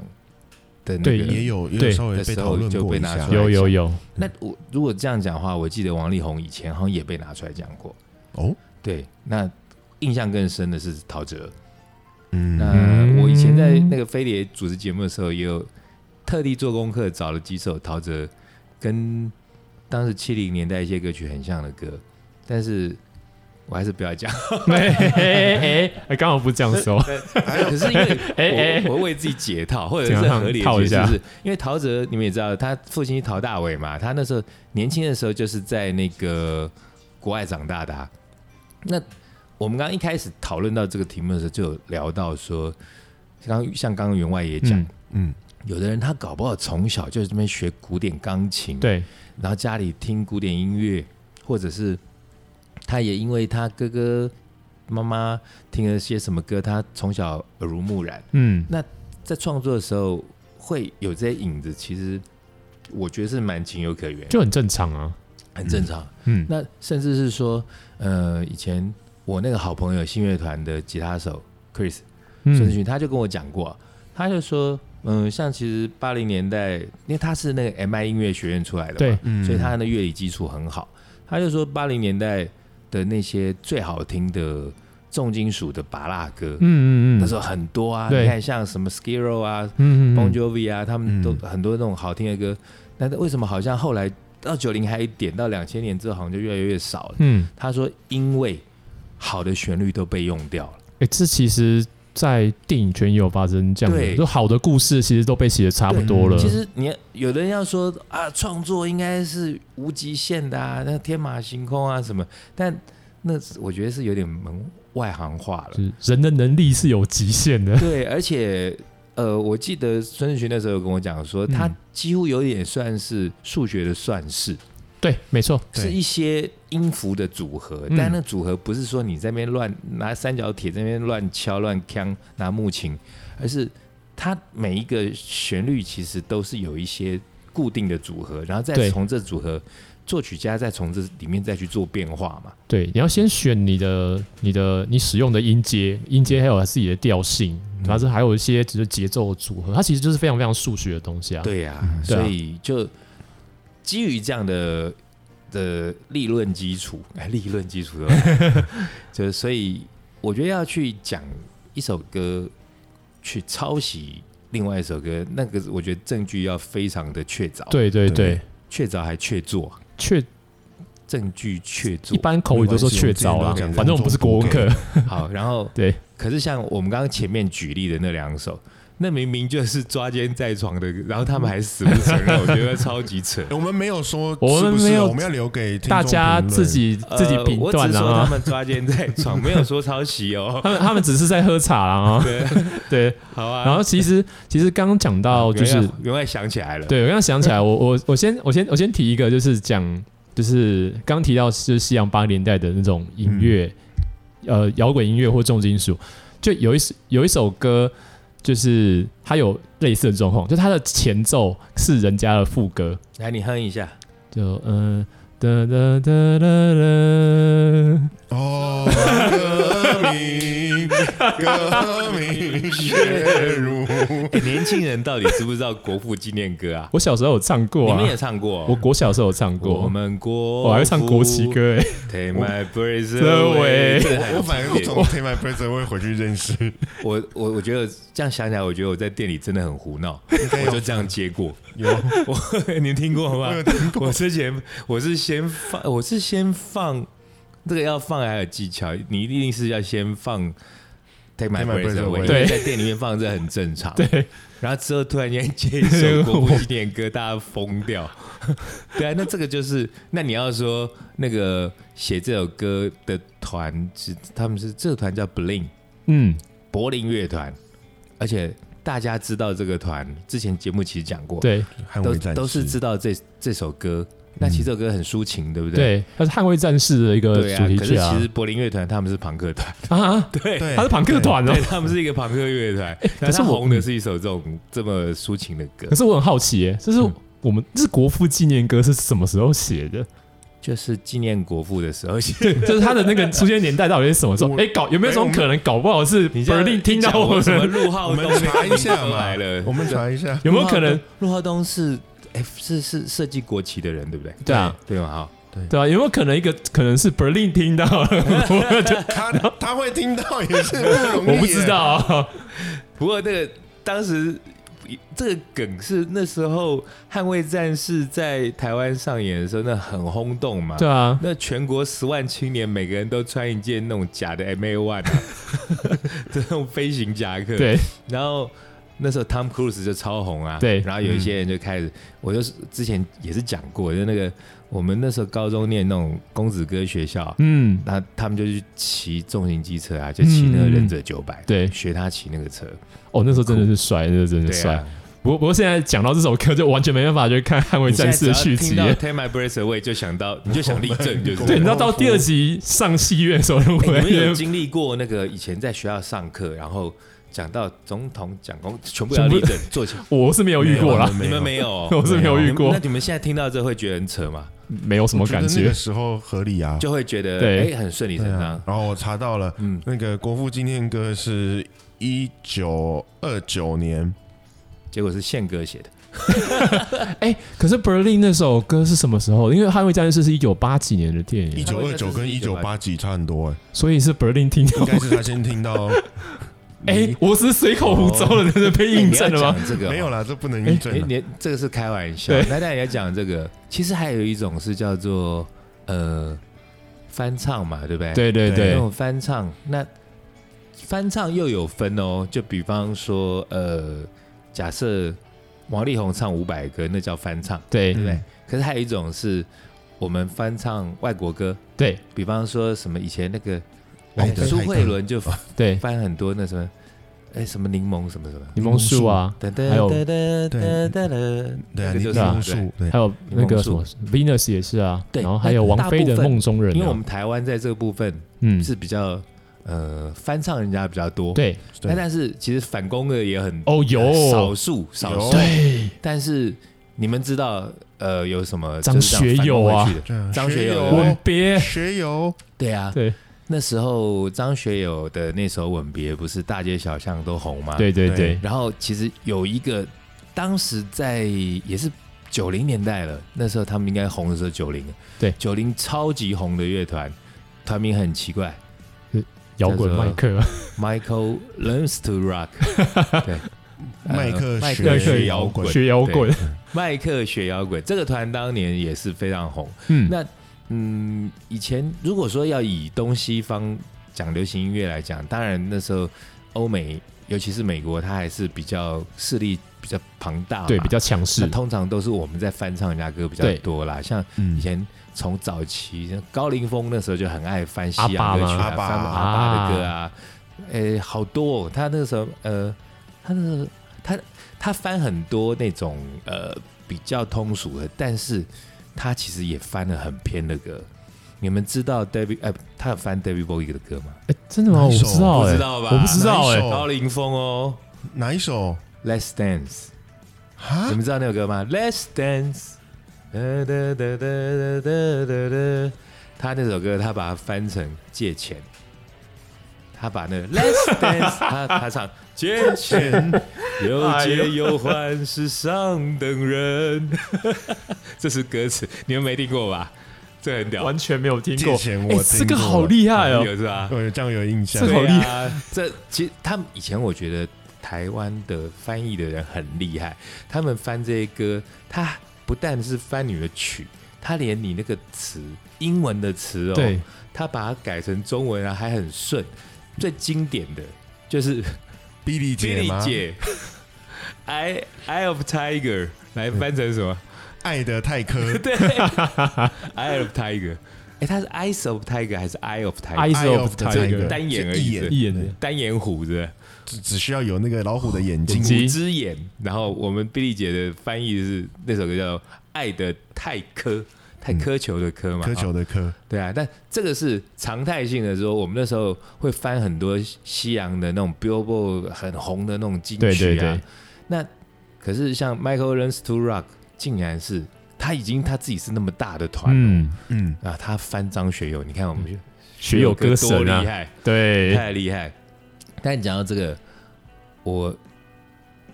Speaker 1: 的那
Speaker 5: 对
Speaker 1: 个
Speaker 2: 也有也有
Speaker 5: 对
Speaker 2: 稍微
Speaker 1: 那时
Speaker 2: 被
Speaker 1: 候
Speaker 2: 讨论
Speaker 1: 就
Speaker 2: 过
Speaker 1: 被
Speaker 2: 一
Speaker 1: 拿
Speaker 2: 下
Speaker 1: 出，来
Speaker 5: 有有有，
Speaker 1: 那我如果这样讲的话，我记得王力宏以前好像也被拿出来讲过。
Speaker 2: 哦，
Speaker 1: 对，那印象更深的是陶喆。那
Speaker 2: 嗯，
Speaker 1: 我以前在那个飞碟主持节目的时候，也有特地做功课找了几首陶喆跟当时七零年代一些歌曲很像的歌，但是我还是不要讲。
Speaker 5: 哎哎哎，刚好不是这样说，
Speaker 1: 可是因为
Speaker 5: 哎哎
Speaker 1: 我我为自己解套，或者
Speaker 5: 怎
Speaker 1: 是
Speaker 5: 样
Speaker 1: 合理的
Speaker 5: 套一
Speaker 1: 解释
Speaker 5: 下
Speaker 1: 是，因为陶喆你们也知道，他父亲是陶大伟嘛，他那时候年轻的时候就是在那个国外长大的、啊。那我们刚刚一开始讨论到这个题目的时候，就有聊到说，刚像刚刚员外也讲，
Speaker 5: 嗯
Speaker 2: 嗯，
Speaker 1: 有的人他搞不好从小就在这边学古典钢琴，，啊
Speaker 5: 对，
Speaker 1: 然后家里听古典音乐，或者是他也因为他哥哥妈妈听了些什么歌，他从小耳濡目染，
Speaker 5: 嗯
Speaker 1: 在创作的时候会有这些影子，其实我觉得是蛮情有可原，
Speaker 5: 就很正常啊，
Speaker 1: 很正常。
Speaker 5: 嗯，
Speaker 1: 那甚至是说，呃，以前我那个好朋友信乐团的吉他手 Chris
Speaker 5: 嗯
Speaker 1: 孙志勋，他就跟我讲过，他就说，嗯、像其实八零年代，因为他是那个 MI 音乐学院出来的嘛，
Speaker 5: 对，
Speaker 2: 嗯
Speaker 1: 所以他的乐理基础很好。他就说，八零年代的那些最好听的重金属的拔蜡歌，
Speaker 5: 嗯嗯嗯，
Speaker 1: 那时候很多啊，
Speaker 5: 对
Speaker 1: 你看像什么 Skiro 啊、
Speaker 5: 嗯，嗯嗯
Speaker 1: Bon Jovi 啊，他们都
Speaker 2: 嗯
Speaker 1: 很多那种好听的歌，但是为什么好像后来到九零还有一点，到两千年之后好像就越来越少了？
Speaker 5: 嗯，
Speaker 1: 他说，因为好的旋律都被用掉了，
Speaker 5: 哎、这其实，在电影圈也有发生这样的，
Speaker 1: 对
Speaker 5: 就好的故事其实都被写的差不多了。
Speaker 1: 其实你有的人要说啊，创作应该是无极限的啊，那天马行空啊什么，但那是我觉得是有点门外行话了
Speaker 5: 就。是人的能力是有极限的。
Speaker 1: 对，而且呃，我记得孙志群那时候有跟我讲说，他
Speaker 5: 嗯
Speaker 1: 几乎有点算是数学的算式，
Speaker 5: 对，没错，
Speaker 2: 对
Speaker 1: 是一些音符的组合，
Speaker 5: 嗯
Speaker 1: 但那组合不是说你在那边乱拿三角铁在那边乱敲乱锵拿木琴，而是它每一个旋律其实都是有一些固定的组合，然后再
Speaker 5: 对
Speaker 1: 从这组合作曲家再从这里面再去做变化嘛。
Speaker 5: 对，你要先选你的、你的、你使用的音阶，音阶还有它自己的调性，
Speaker 1: 嗯
Speaker 5: 然后这还有一些只是节奏的组合，它其实就是非常非常数学的东西啊。，
Speaker 1: 对呀、
Speaker 5: 对啊
Speaker 1: 所以就基于这样的的理论基础， 哎，理论基础的， 就是所以我觉得要去讲一首歌，去抄袭另外一首歌，那个我觉得证据要非常的确凿，，
Speaker 5: 对对对，
Speaker 1: 确凿还确凿，
Speaker 5: 确
Speaker 1: 证据确
Speaker 5: 一
Speaker 1: 凿。
Speaker 5: 般口语都说确凿啦
Speaker 2: 没关系我们之前都讲，过
Speaker 5: 反正我们不是国文课。
Speaker 1: 好，然后
Speaker 5: 对，
Speaker 1: 可是像我们刚刚前面举例的那两首。那明明就是抓奸在床的，然后他们还死不承 认，我觉得超级扯。
Speaker 2: 我们没有说，
Speaker 5: 我们
Speaker 2: 是不是
Speaker 5: 没有
Speaker 2: 我们要留给听众
Speaker 5: 大家
Speaker 2: 评论
Speaker 5: 自己自己
Speaker 1: 呃
Speaker 5: 评
Speaker 1: 我只
Speaker 5: 断
Speaker 1: 是说他
Speaker 5: 啊。
Speaker 1: 们抓奸在床，没有说抄袭哦。
Speaker 5: 他们他们只是在喝茶啦啊。对对，
Speaker 1: 好啊，
Speaker 5: 然后其实其实刚刚讲到就是
Speaker 1: 原来原来想起来了，
Speaker 5: 对，我刚刚想起来，我我我先我先我先提一个，就是讲就是刚提到就是西洋八零年代的那种音乐，呃，摇滚音乐或重金属，就有一首有一首歌，就是它有类似的状况，就它的前奏是人家的副歌，
Speaker 1: 来你哼一下，
Speaker 5: 就嗯。哒哒哒哒哒，
Speaker 2: 哦，歌名歌名血 如
Speaker 1: 哎年轻人到底知不知道国父纪念歌啊？
Speaker 5: 我小时候有唱过
Speaker 1: 你
Speaker 5: 啊
Speaker 1: 们，也唱过？ 哦
Speaker 5: 我国小的时候有唱过，
Speaker 1: 我们国，
Speaker 5: 我还会唱国旗。歌哎、
Speaker 1: Take my breath away，
Speaker 5: away
Speaker 1: 这
Speaker 2: 我
Speaker 1: 很
Speaker 2: 我反而
Speaker 1: 经典
Speaker 2: 从 Take My Breath Away 回去认识，
Speaker 1: 我我我觉得这样想起来，我觉得我在店里真的很胡闹，
Speaker 2: 该有
Speaker 1: 我就这样接过。
Speaker 2: 有
Speaker 1: 我你听过吗？
Speaker 2: 我有
Speaker 1: 听 过。我之前我是先放，我是先放这个要放还有技巧，你一定是要先放 Take My
Speaker 2: Take My
Speaker 1: Breath Away，
Speaker 2: Breath Away
Speaker 1: 因为
Speaker 5: 对
Speaker 1: 在店里面放这很正常。
Speaker 5: 对，
Speaker 1: 然后之后突然间接一首国父纪念歌，大家疯 掉。对啊，那这个就是，那你要说那个写这首歌的团是他们是这个团叫 Bling
Speaker 5: 嗯，
Speaker 1: 柏林乐团，而且大家知道这个团，之前节目其实讲过，
Speaker 5: 对
Speaker 2: 捍
Speaker 1: 都
Speaker 2: 卫战士嗯
Speaker 1: 都是知道这这首歌。那其实这首歌很抒情，对不对？
Speaker 5: 对，它是捍卫战士的一个
Speaker 1: 对啊
Speaker 5: 主题
Speaker 1: 可是
Speaker 5: 曲啊
Speaker 1: 其实柏林乐团他们是朋克团，
Speaker 5: 啊，
Speaker 1: 对
Speaker 2: 对
Speaker 5: 他是朋克团哦
Speaker 1: 对，， 他们是一个朋克乐团。但
Speaker 5: 哎可是
Speaker 1: 他
Speaker 5: 我嗯
Speaker 1: 红的是一首这种这么抒情的歌
Speaker 5: 可，是我很好奇耶，这是
Speaker 1: 嗯
Speaker 5: 我们这是国父纪念歌是什么时候写的？
Speaker 1: 就是纪念国父的时候。
Speaker 5: 对，就是他的那个出现年代到底是什么时候？
Speaker 2: 我
Speaker 5: 哎，搞有没有这种可能？搞不好是
Speaker 1: 你这样
Speaker 5: Berlin 听
Speaker 1: 一
Speaker 5: 到
Speaker 1: 讲
Speaker 5: 我
Speaker 1: 什么
Speaker 5: 们，
Speaker 1: 陆浩
Speaker 2: 我
Speaker 1: 东
Speaker 2: 们查一下嘛
Speaker 1: 来了，
Speaker 2: 我们查一下，
Speaker 5: 有没有可能？
Speaker 1: 陆浩东是哎是是设计国旗的人，对不对？
Speaker 5: 对啊，
Speaker 1: 对嘛哈。
Speaker 5: 对啊，有没有可能一个可能是 Berlin 听到了？我就
Speaker 2: 他他会听到也是不容易，
Speaker 5: 我不知，道啊，
Speaker 1: 不过那个当时这个梗是那时候《捍卫战士》在台湾上演的时候，那很轰动嘛。
Speaker 5: 对啊，
Speaker 1: 那全国十万青年每个人都穿一啊 件那种假的 M A One，这种飞行夹克。
Speaker 5: 对，
Speaker 1: 然后那时候 Tom Cruise 就超红啊，
Speaker 5: 对嗯
Speaker 1: 然后有一些人就开始，我就是之前也是讲过，就那个我们那时候高中念那种公子哥学校，
Speaker 5: 嗯，
Speaker 1: 那他们就去骑重型机车啊，就骑那个
Speaker 5: 嗯
Speaker 1: 忍者九百、
Speaker 5: 对
Speaker 1: 学他骑那个车，
Speaker 5: 哦，那时候真的是帅，那时候真的
Speaker 1: 对
Speaker 5: 帅。
Speaker 1: 啊，
Speaker 5: 不过不过现在讲到这首歌，就完全没办法去看《捍卫
Speaker 1: 你现
Speaker 5: 战
Speaker 1: 在
Speaker 5: 士》的
Speaker 1: 只
Speaker 5: 续
Speaker 1: 要
Speaker 5: 集
Speaker 1: 听。到 Take My Breath Away 就想到，你就想立正，就是这
Speaker 5: 对，你知
Speaker 1: 样。
Speaker 5: 道到第二集上戏院的时候，如
Speaker 1: 哎你
Speaker 5: 果
Speaker 1: 们有经历过那个以前在学校上课，然后讲到总统讲公，全部要立正坐 起来，啊
Speaker 5: 我是没有遇过啦，
Speaker 1: 你们没有哦，
Speaker 5: 我是没有遇过
Speaker 1: 那你们现在听到这会觉得很扯吗？
Speaker 5: 没有什么
Speaker 2: 我觉
Speaker 5: 感
Speaker 2: 得那
Speaker 5: 觉
Speaker 2: 个。时候合理啊。
Speaker 1: 就会觉得
Speaker 5: 对
Speaker 1: 哎很顺理成
Speaker 2: 对
Speaker 1: 章
Speaker 2: 啊。，然后我查到了，
Speaker 1: 嗯，
Speaker 2: 那个国父纪念歌是一九二九年，
Speaker 1: 结果是宪哥 写的，
Speaker 5: 哎、可是 Berlin 那首歌是什么时候？因为《捍卫战士》是一九八几年的电
Speaker 2: 一
Speaker 5: 影，
Speaker 2: 九二九跟一九八几差很多、 欸，
Speaker 5: 所以是 Berlin 听到
Speaker 2: 应。该是他先听到。
Speaker 5: 哎、我只是随口胡诌了，真的被
Speaker 1: 哎
Speaker 5: 印证了？吗
Speaker 1: 你？要讲这 个哦
Speaker 2: 没有。啦，这不能印证
Speaker 1: 哎，
Speaker 2: 啊。
Speaker 1: 你这个是开玩笑
Speaker 5: 对。
Speaker 1: 那大家也讲这个，其实还有一种是叫做呃翻唱嘛， 对不对？
Speaker 5: 对对
Speaker 2: 对
Speaker 1: 那
Speaker 5: 对，
Speaker 1: 种翻唱，那翻唱又有分哦。就比方说，呃，假设王力宏唱五百歌，那叫翻唱。
Speaker 5: 哎对
Speaker 2: 嗯
Speaker 1: 对可是还有一种是我们翻唱外国歌，
Speaker 5: 对
Speaker 1: 比方说什么以前那个
Speaker 5: 哎
Speaker 2: 爱的
Speaker 1: 哎苏
Speaker 2: 太
Speaker 1: 慧
Speaker 2: 大
Speaker 1: 伦就
Speaker 5: 对，
Speaker 1: 翻很多那什么，哎，什么柠檬什么什么，
Speaker 5: 柠檬树啊，
Speaker 1: 噔噔
Speaker 5: 还有
Speaker 1: 噔噔
Speaker 2: 对
Speaker 1: 噔噔，
Speaker 2: 对
Speaker 1: 那
Speaker 2: 啊，你
Speaker 1: 个就
Speaker 2: 听
Speaker 1: 是
Speaker 2: 榕树，对
Speaker 5: 啊还有那个什
Speaker 1: 柠
Speaker 5: 么 Venus 也是啊，
Speaker 1: 对
Speaker 5: 然后还有王菲
Speaker 1: 大
Speaker 5: 的
Speaker 1: 部
Speaker 5: 《
Speaker 1: 分
Speaker 5: 梦中人》啊，
Speaker 1: 因为我们台湾在这个部分
Speaker 5: 嗯
Speaker 1: 是比较呃翻唱人家比较多，。
Speaker 5: 对
Speaker 1: 那
Speaker 2: 对，
Speaker 1: 但是其实反攻的也很
Speaker 5: 哦有
Speaker 1: 少数少数，
Speaker 5: 对
Speaker 1: 但是你们知道呃有什么
Speaker 5: 张
Speaker 1: 就是这样
Speaker 5: 学友啊
Speaker 1: 反攻回去的
Speaker 2: 对啊
Speaker 1: 张学
Speaker 2: 学
Speaker 1: 友对
Speaker 5: 吻别
Speaker 2: 学友，
Speaker 1: 对啊，
Speaker 5: 对
Speaker 1: 那时候张学友的那首《吻别》不是大街小巷都红吗？
Speaker 5: 对对
Speaker 2: 对
Speaker 5: 对，
Speaker 1: 然后其实有一个，当时在也是九零年代了，那时候他们应该红的时候九零，
Speaker 5: 对
Speaker 1: 九零超级红的乐团，团名很奇怪
Speaker 5: 摇滚
Speaker 1: 叫做
Speaker 5: 麦克，
Speaker 1: ，Michael Learns to Rock，对，呃
Speaker 2: 麦克
Speaker 1: 麦
Speaker 2: 对
Speaker 1: 克
Speaker 2: 学
Speaker 1: 学
Speaker 2: 摇
Speaker 1: 摇
Speaker 2: 滚
Speaker 1: 滚，
Speaker 5: 学摇滚，
Speaker 1: 麦克学摇滚这个团当年也是非常红。
Speaker 5: 嗯，
Speaker 1: 那嗯，以前如果说要以东西方讲流行音乐来讲，当然那时候欧美，尤其是美国，它还是比较势力比较庞大嘛，
Speaker 5: 对，比较强
Speaker 1: 那
Speaker 5: 势，
Speaker 1: 通常都是我们在翻唱人家歌比较
Speaker 5: 对
Speaker 1: 多啦，像
Speaker 2: 嗯
Speaker 1: 以，前从早期像高凌风那时候就很爱翻西
Speaker 5: 阿
Speaker 1: 洋
Speaker 5: 爸
Speaker 1: 歌
Speaker 5: 吗
Speaker 1: 曲、啊，
Speaker 2: 阿
Speaker 1: 翻
Speaker 2: 爸
Speaker 1: 阿爸的歌啊，呃、好多、哦。他那个时候，呃，他那个他他翻很多那种呃比较通俗的，但是他其实也翻了很偏的歌。你们知道 David 呃，他有翻 David Bowie 的歌吗？
Speaker 5: 哎，真的吗？
Speaker 2: 哪
Speaker 5: 我
Speaker 2: 一
Speaker 5: 不
Speaker 2: 首
Speaker 5: 知道，
Speaker 1: 不
Speaker 5: 哎
Speaker 1: 知，道吧？
Speaker 5: 我不知道，
Speaker 2: 哪一
Speaker 5: 哎
Speaker 2: 首，
Speaker 1: 高凌风哦
Speaker 2: 哪一首？
Speaker 1: ，Let's Dance。
Speaker 2: 哈
Speaker 1: 你，们知道那首歌吗？Let's Dance，哒哒哒哒哒哒哒哒。他那首歌，他把它翻成借钱。他把那个 Let's Dance，他他唱借钱，又借又还是上等人。 这是歌词，你们没听过吧？这很屌，
Speaker 5: 完全没有听
Speaker 2: 借
Speaker 5: 过，
Speaker 2: 钱
Speaker 5: 哎
Speaker 2: 我，
Speaker 5: 这
Speaker 2: 听
Speaker 5: 个
Speaker 2: 过
Speaker 5: 好厉害哦，
Speaker 1: 有是吧？
Speaker 2: 我有这样有印象
Speaker 5: 这，好
Speaker 1: 对
Speaker 5: 厉
Speaker 1: 啊！这其实他们以前我觉得台湾的翻译的人很厉害，他们翻这些歌，他不但是翻你的曲，他连你那个词英文的词哦，
Speaker 5: 对，
Speaker 1: 他把它改成中文啊，还很顺。最经典的 就是
Speaker 2: 比利姐
Speaker 1: Billy
Speaker 2: 吗？
Speaker 1: 姐，I I of Tiger 来翻成什么？，
Speaker 2: 爱的泰科
Speaker 1: 对，I of Tiger。哎，他是 Eyes of Tiger 还是 Eye of Tiger？
Speaker 5: Eyes
Speaker 2: Eye
Speaker 5: of
Speaker 2: of the
Speaker 5: Tiger，
Speaker 2: Tiger
Speaker 1: 单眼而
Speaker 2: 是一
Speaker 1: 已，
Speaker 2: 眼
Speaker 1: 是
Speaker 5: 一眼的
Speaker 1: 不是单眼虎是不是？
Speaker 2: 只只需要有那个老虎的眼睛
Speaker 5: 眼睛
Speaker 1: 五只眼。然后我们碧丽姐的翻译是那首歌叫《爱的太苛》，太苛求的苛
Speaker 5: 嗯
Speaker 1: 嘛，
Speaker 2: 苛求
Speaker 1: 哦
Speaker 2: 的苛，
Speaker 1: 对啊。但这个是常态性的说，我们那时候会翻很多西洋的那种 Billboard 很红的那种金曲啊。
Speaker 5: 对对对，
Speaker 1: 那可是像 Michael Learns to Rock，竟然是他已经他自己是那么大的团、
Speaker 5: 嗯，
Speaker 2: 嗯，
Speaker 1: 啊，他翻张学友，你看我们就
Speaker 5: 学友歌
Speaker 1: 多
Speaker 5: 神
Speaker 1: 厉
Speaker 5: 啊，
Speaker 1: 害。哎
Speaker 5: 对，
Speaker 1: 太厉害。但你讲到这个，我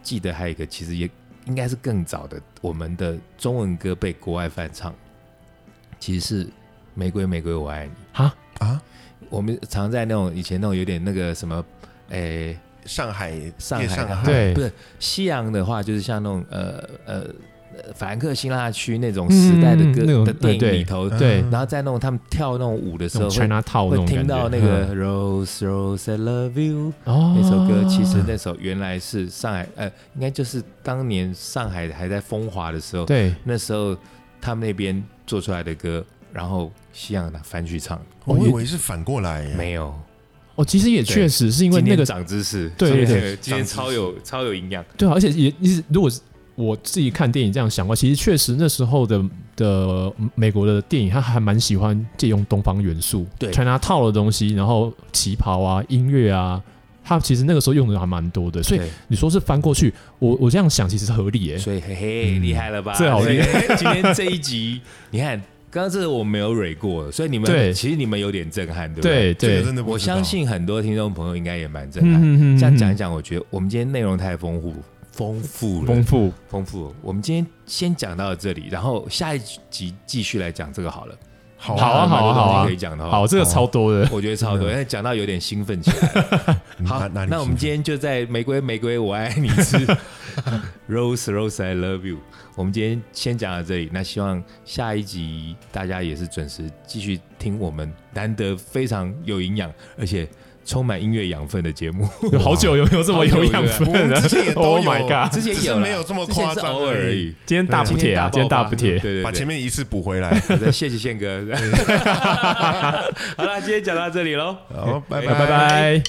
Speaker 1: 记得还有一个，其实也应该是更早的，我们的中文歌被国外翻唱，其实是《玫瑰玫瑰我爱你》
Speaker 5: 哈
Speaker 2: 啊。
Speaker 1: 我们常在那种以前那种有点那个什么，诶、
Speaker 2: 上海，
Speaker 1: 上
Speaker 2: 夜
Speaker 1: 海
Speaker 2: 上
Speaker 1: 啊
Speaker 2: 海，
Speaker 5: 对
Speaker 1: 不是西洋的话，就是像那种呃呃呃法兰克辛辣区那种时代的
Speaker 5: 嗯嗯嗯那
Speaker 1: 歌
Speaker 5: 种
Speaker 1: 的电影里头，
Speaker 2: 对
Speaker 5: 对，
Speaker 1: 然后在那种他们跳那种舞的时
Speaker 5: 那
Speaker 1: 候
Speaker 5: 种，China 套
Speaker 1: 会
Speaker 5: 那
Speaker 1: 会
Speaker 5: 种
Speaker 1: 听
Speaker 5: 感
Speaker 1: 到
Speaker 5: 觉。嗯
Speaker 1: 那个 Rose Rose I Love You
Speaker 5: 哦，
Speaker 1: 那首歌，其实那首原来是上海，呃，应该就是当年上海还在风华的时候，
Speaker 5: 对，
Speaker 1: 那时候他们那边做出来的歌，然后西洋拿翻去唱，
Speaker 2: 我以为是反过来耶，
Speaker 1: 没有，
Speaker 5: 哦，其实也
Speaker 1: 对
Speaker 5: 确实是因为
Speaker 1: 今
Speaker 5: 那
Speaker 1: 天
Speaker 5: 个
Speaker 1: 长知识，
Speaker 5: 对对对
Speaker 1: 今天今天
Speaker 2: 长知识
Speaker 1: 超有超有营养，
Speaker 5: 对啊，而且也一直如果是我自己看电影这样想过，其实确实那时候的的美国的电影，他还蛮喜欢借用东方元素，
Speaker 1: 对
Speaker 5: ，China 套的东西，然后旗袍啊、音乐啊，他其实那个时候用的还蛮多的。所以
Speaker 1: 对
Speaker 5: 你说是翻过去，我我这样想其实合理耶、
Speaker 1: 所以嘿嘿，厉害了吧？
Speaker 5: 嗯这好厉
Speaker 1: 害！今天这一集，你看，刚刚这个我没有蕊过，所以你
Speaker 5: 对
Speaker 1: 们其实你们有点震撼，对不对？
Speaker 5: 对
Speaker 2: 这个
Speaker 5: 对，
Speaker 2: 真的不知道
Speaker 1: 我相信很多听众朋友应该也蛮震撼。
Speaker 5: 嗯
Speaker 1: 这样讲一讲，我觉得我们今天内容太丰富，丰富了
Speaker 5: 丰，富，
Speaker 1: 丰富了。我们今天先讲到这里，然后下一集继续来讲这个好 了。
Speaker 2: 好
Speaker 5: 好啊
Speaker 1: 蛮多
Speaker 5: 好
Speaker 1: 东
Speaker 5: 啊
Speaker 1: 西
Speaker 5: 好啊
Speaker 1: 可以讲的哦。
Speaker 5: 好，这个
Speaker 2: 好
Speaker 5: 超多的，
Speaker 1: 我觉得超
Speaker 5: 嗯
Speaker 1: 多，因为讲到有点兴奋起 来了。好，啊
Speaker 2: 那
Speaker 1: 那我们今天就在玫瑰玫瑰我爱你之 Rose Rose I Love You。我们今天先讲到这里，那希望下一集大家也是准时继续听我们难得非常有营养，而且充满音乐养分的节目。
Speaker 5: 有好久有没有这么
Speaker 1: 好久
Speaker 5: 有养
Speaker 1: 对不
Speaker 5: 分
Speaker 1: 对
Speaker 2: 我们
Speaker 5: 的
Speaker 2: 之前也都
Speaker 5: ？Oh
Speaker 2: 有
Speaker 5: my god！
Speaker 1: 之前
Speaker 2: 只是
Speaker 1: 有啦
Speaker 2: 没有这么
Speaker 1: 之前
Speaker 2: 夸
Speaker 1: 是
Speaker 2: 张
Speaker 1: 偶尔而已。
Speaker 5: 今天大补帖啊，今天大
Speaker 1: 爆发
Speaker 5: 补帖，
Speaker 1: 对对对，
Speaker 2: 把前面一次补回来。
Speaker 1: 好的谢谢 宪哥。好了，今天讲到这里喽。
Speaker 2: 好，拜
Speaker 5: 拜拜。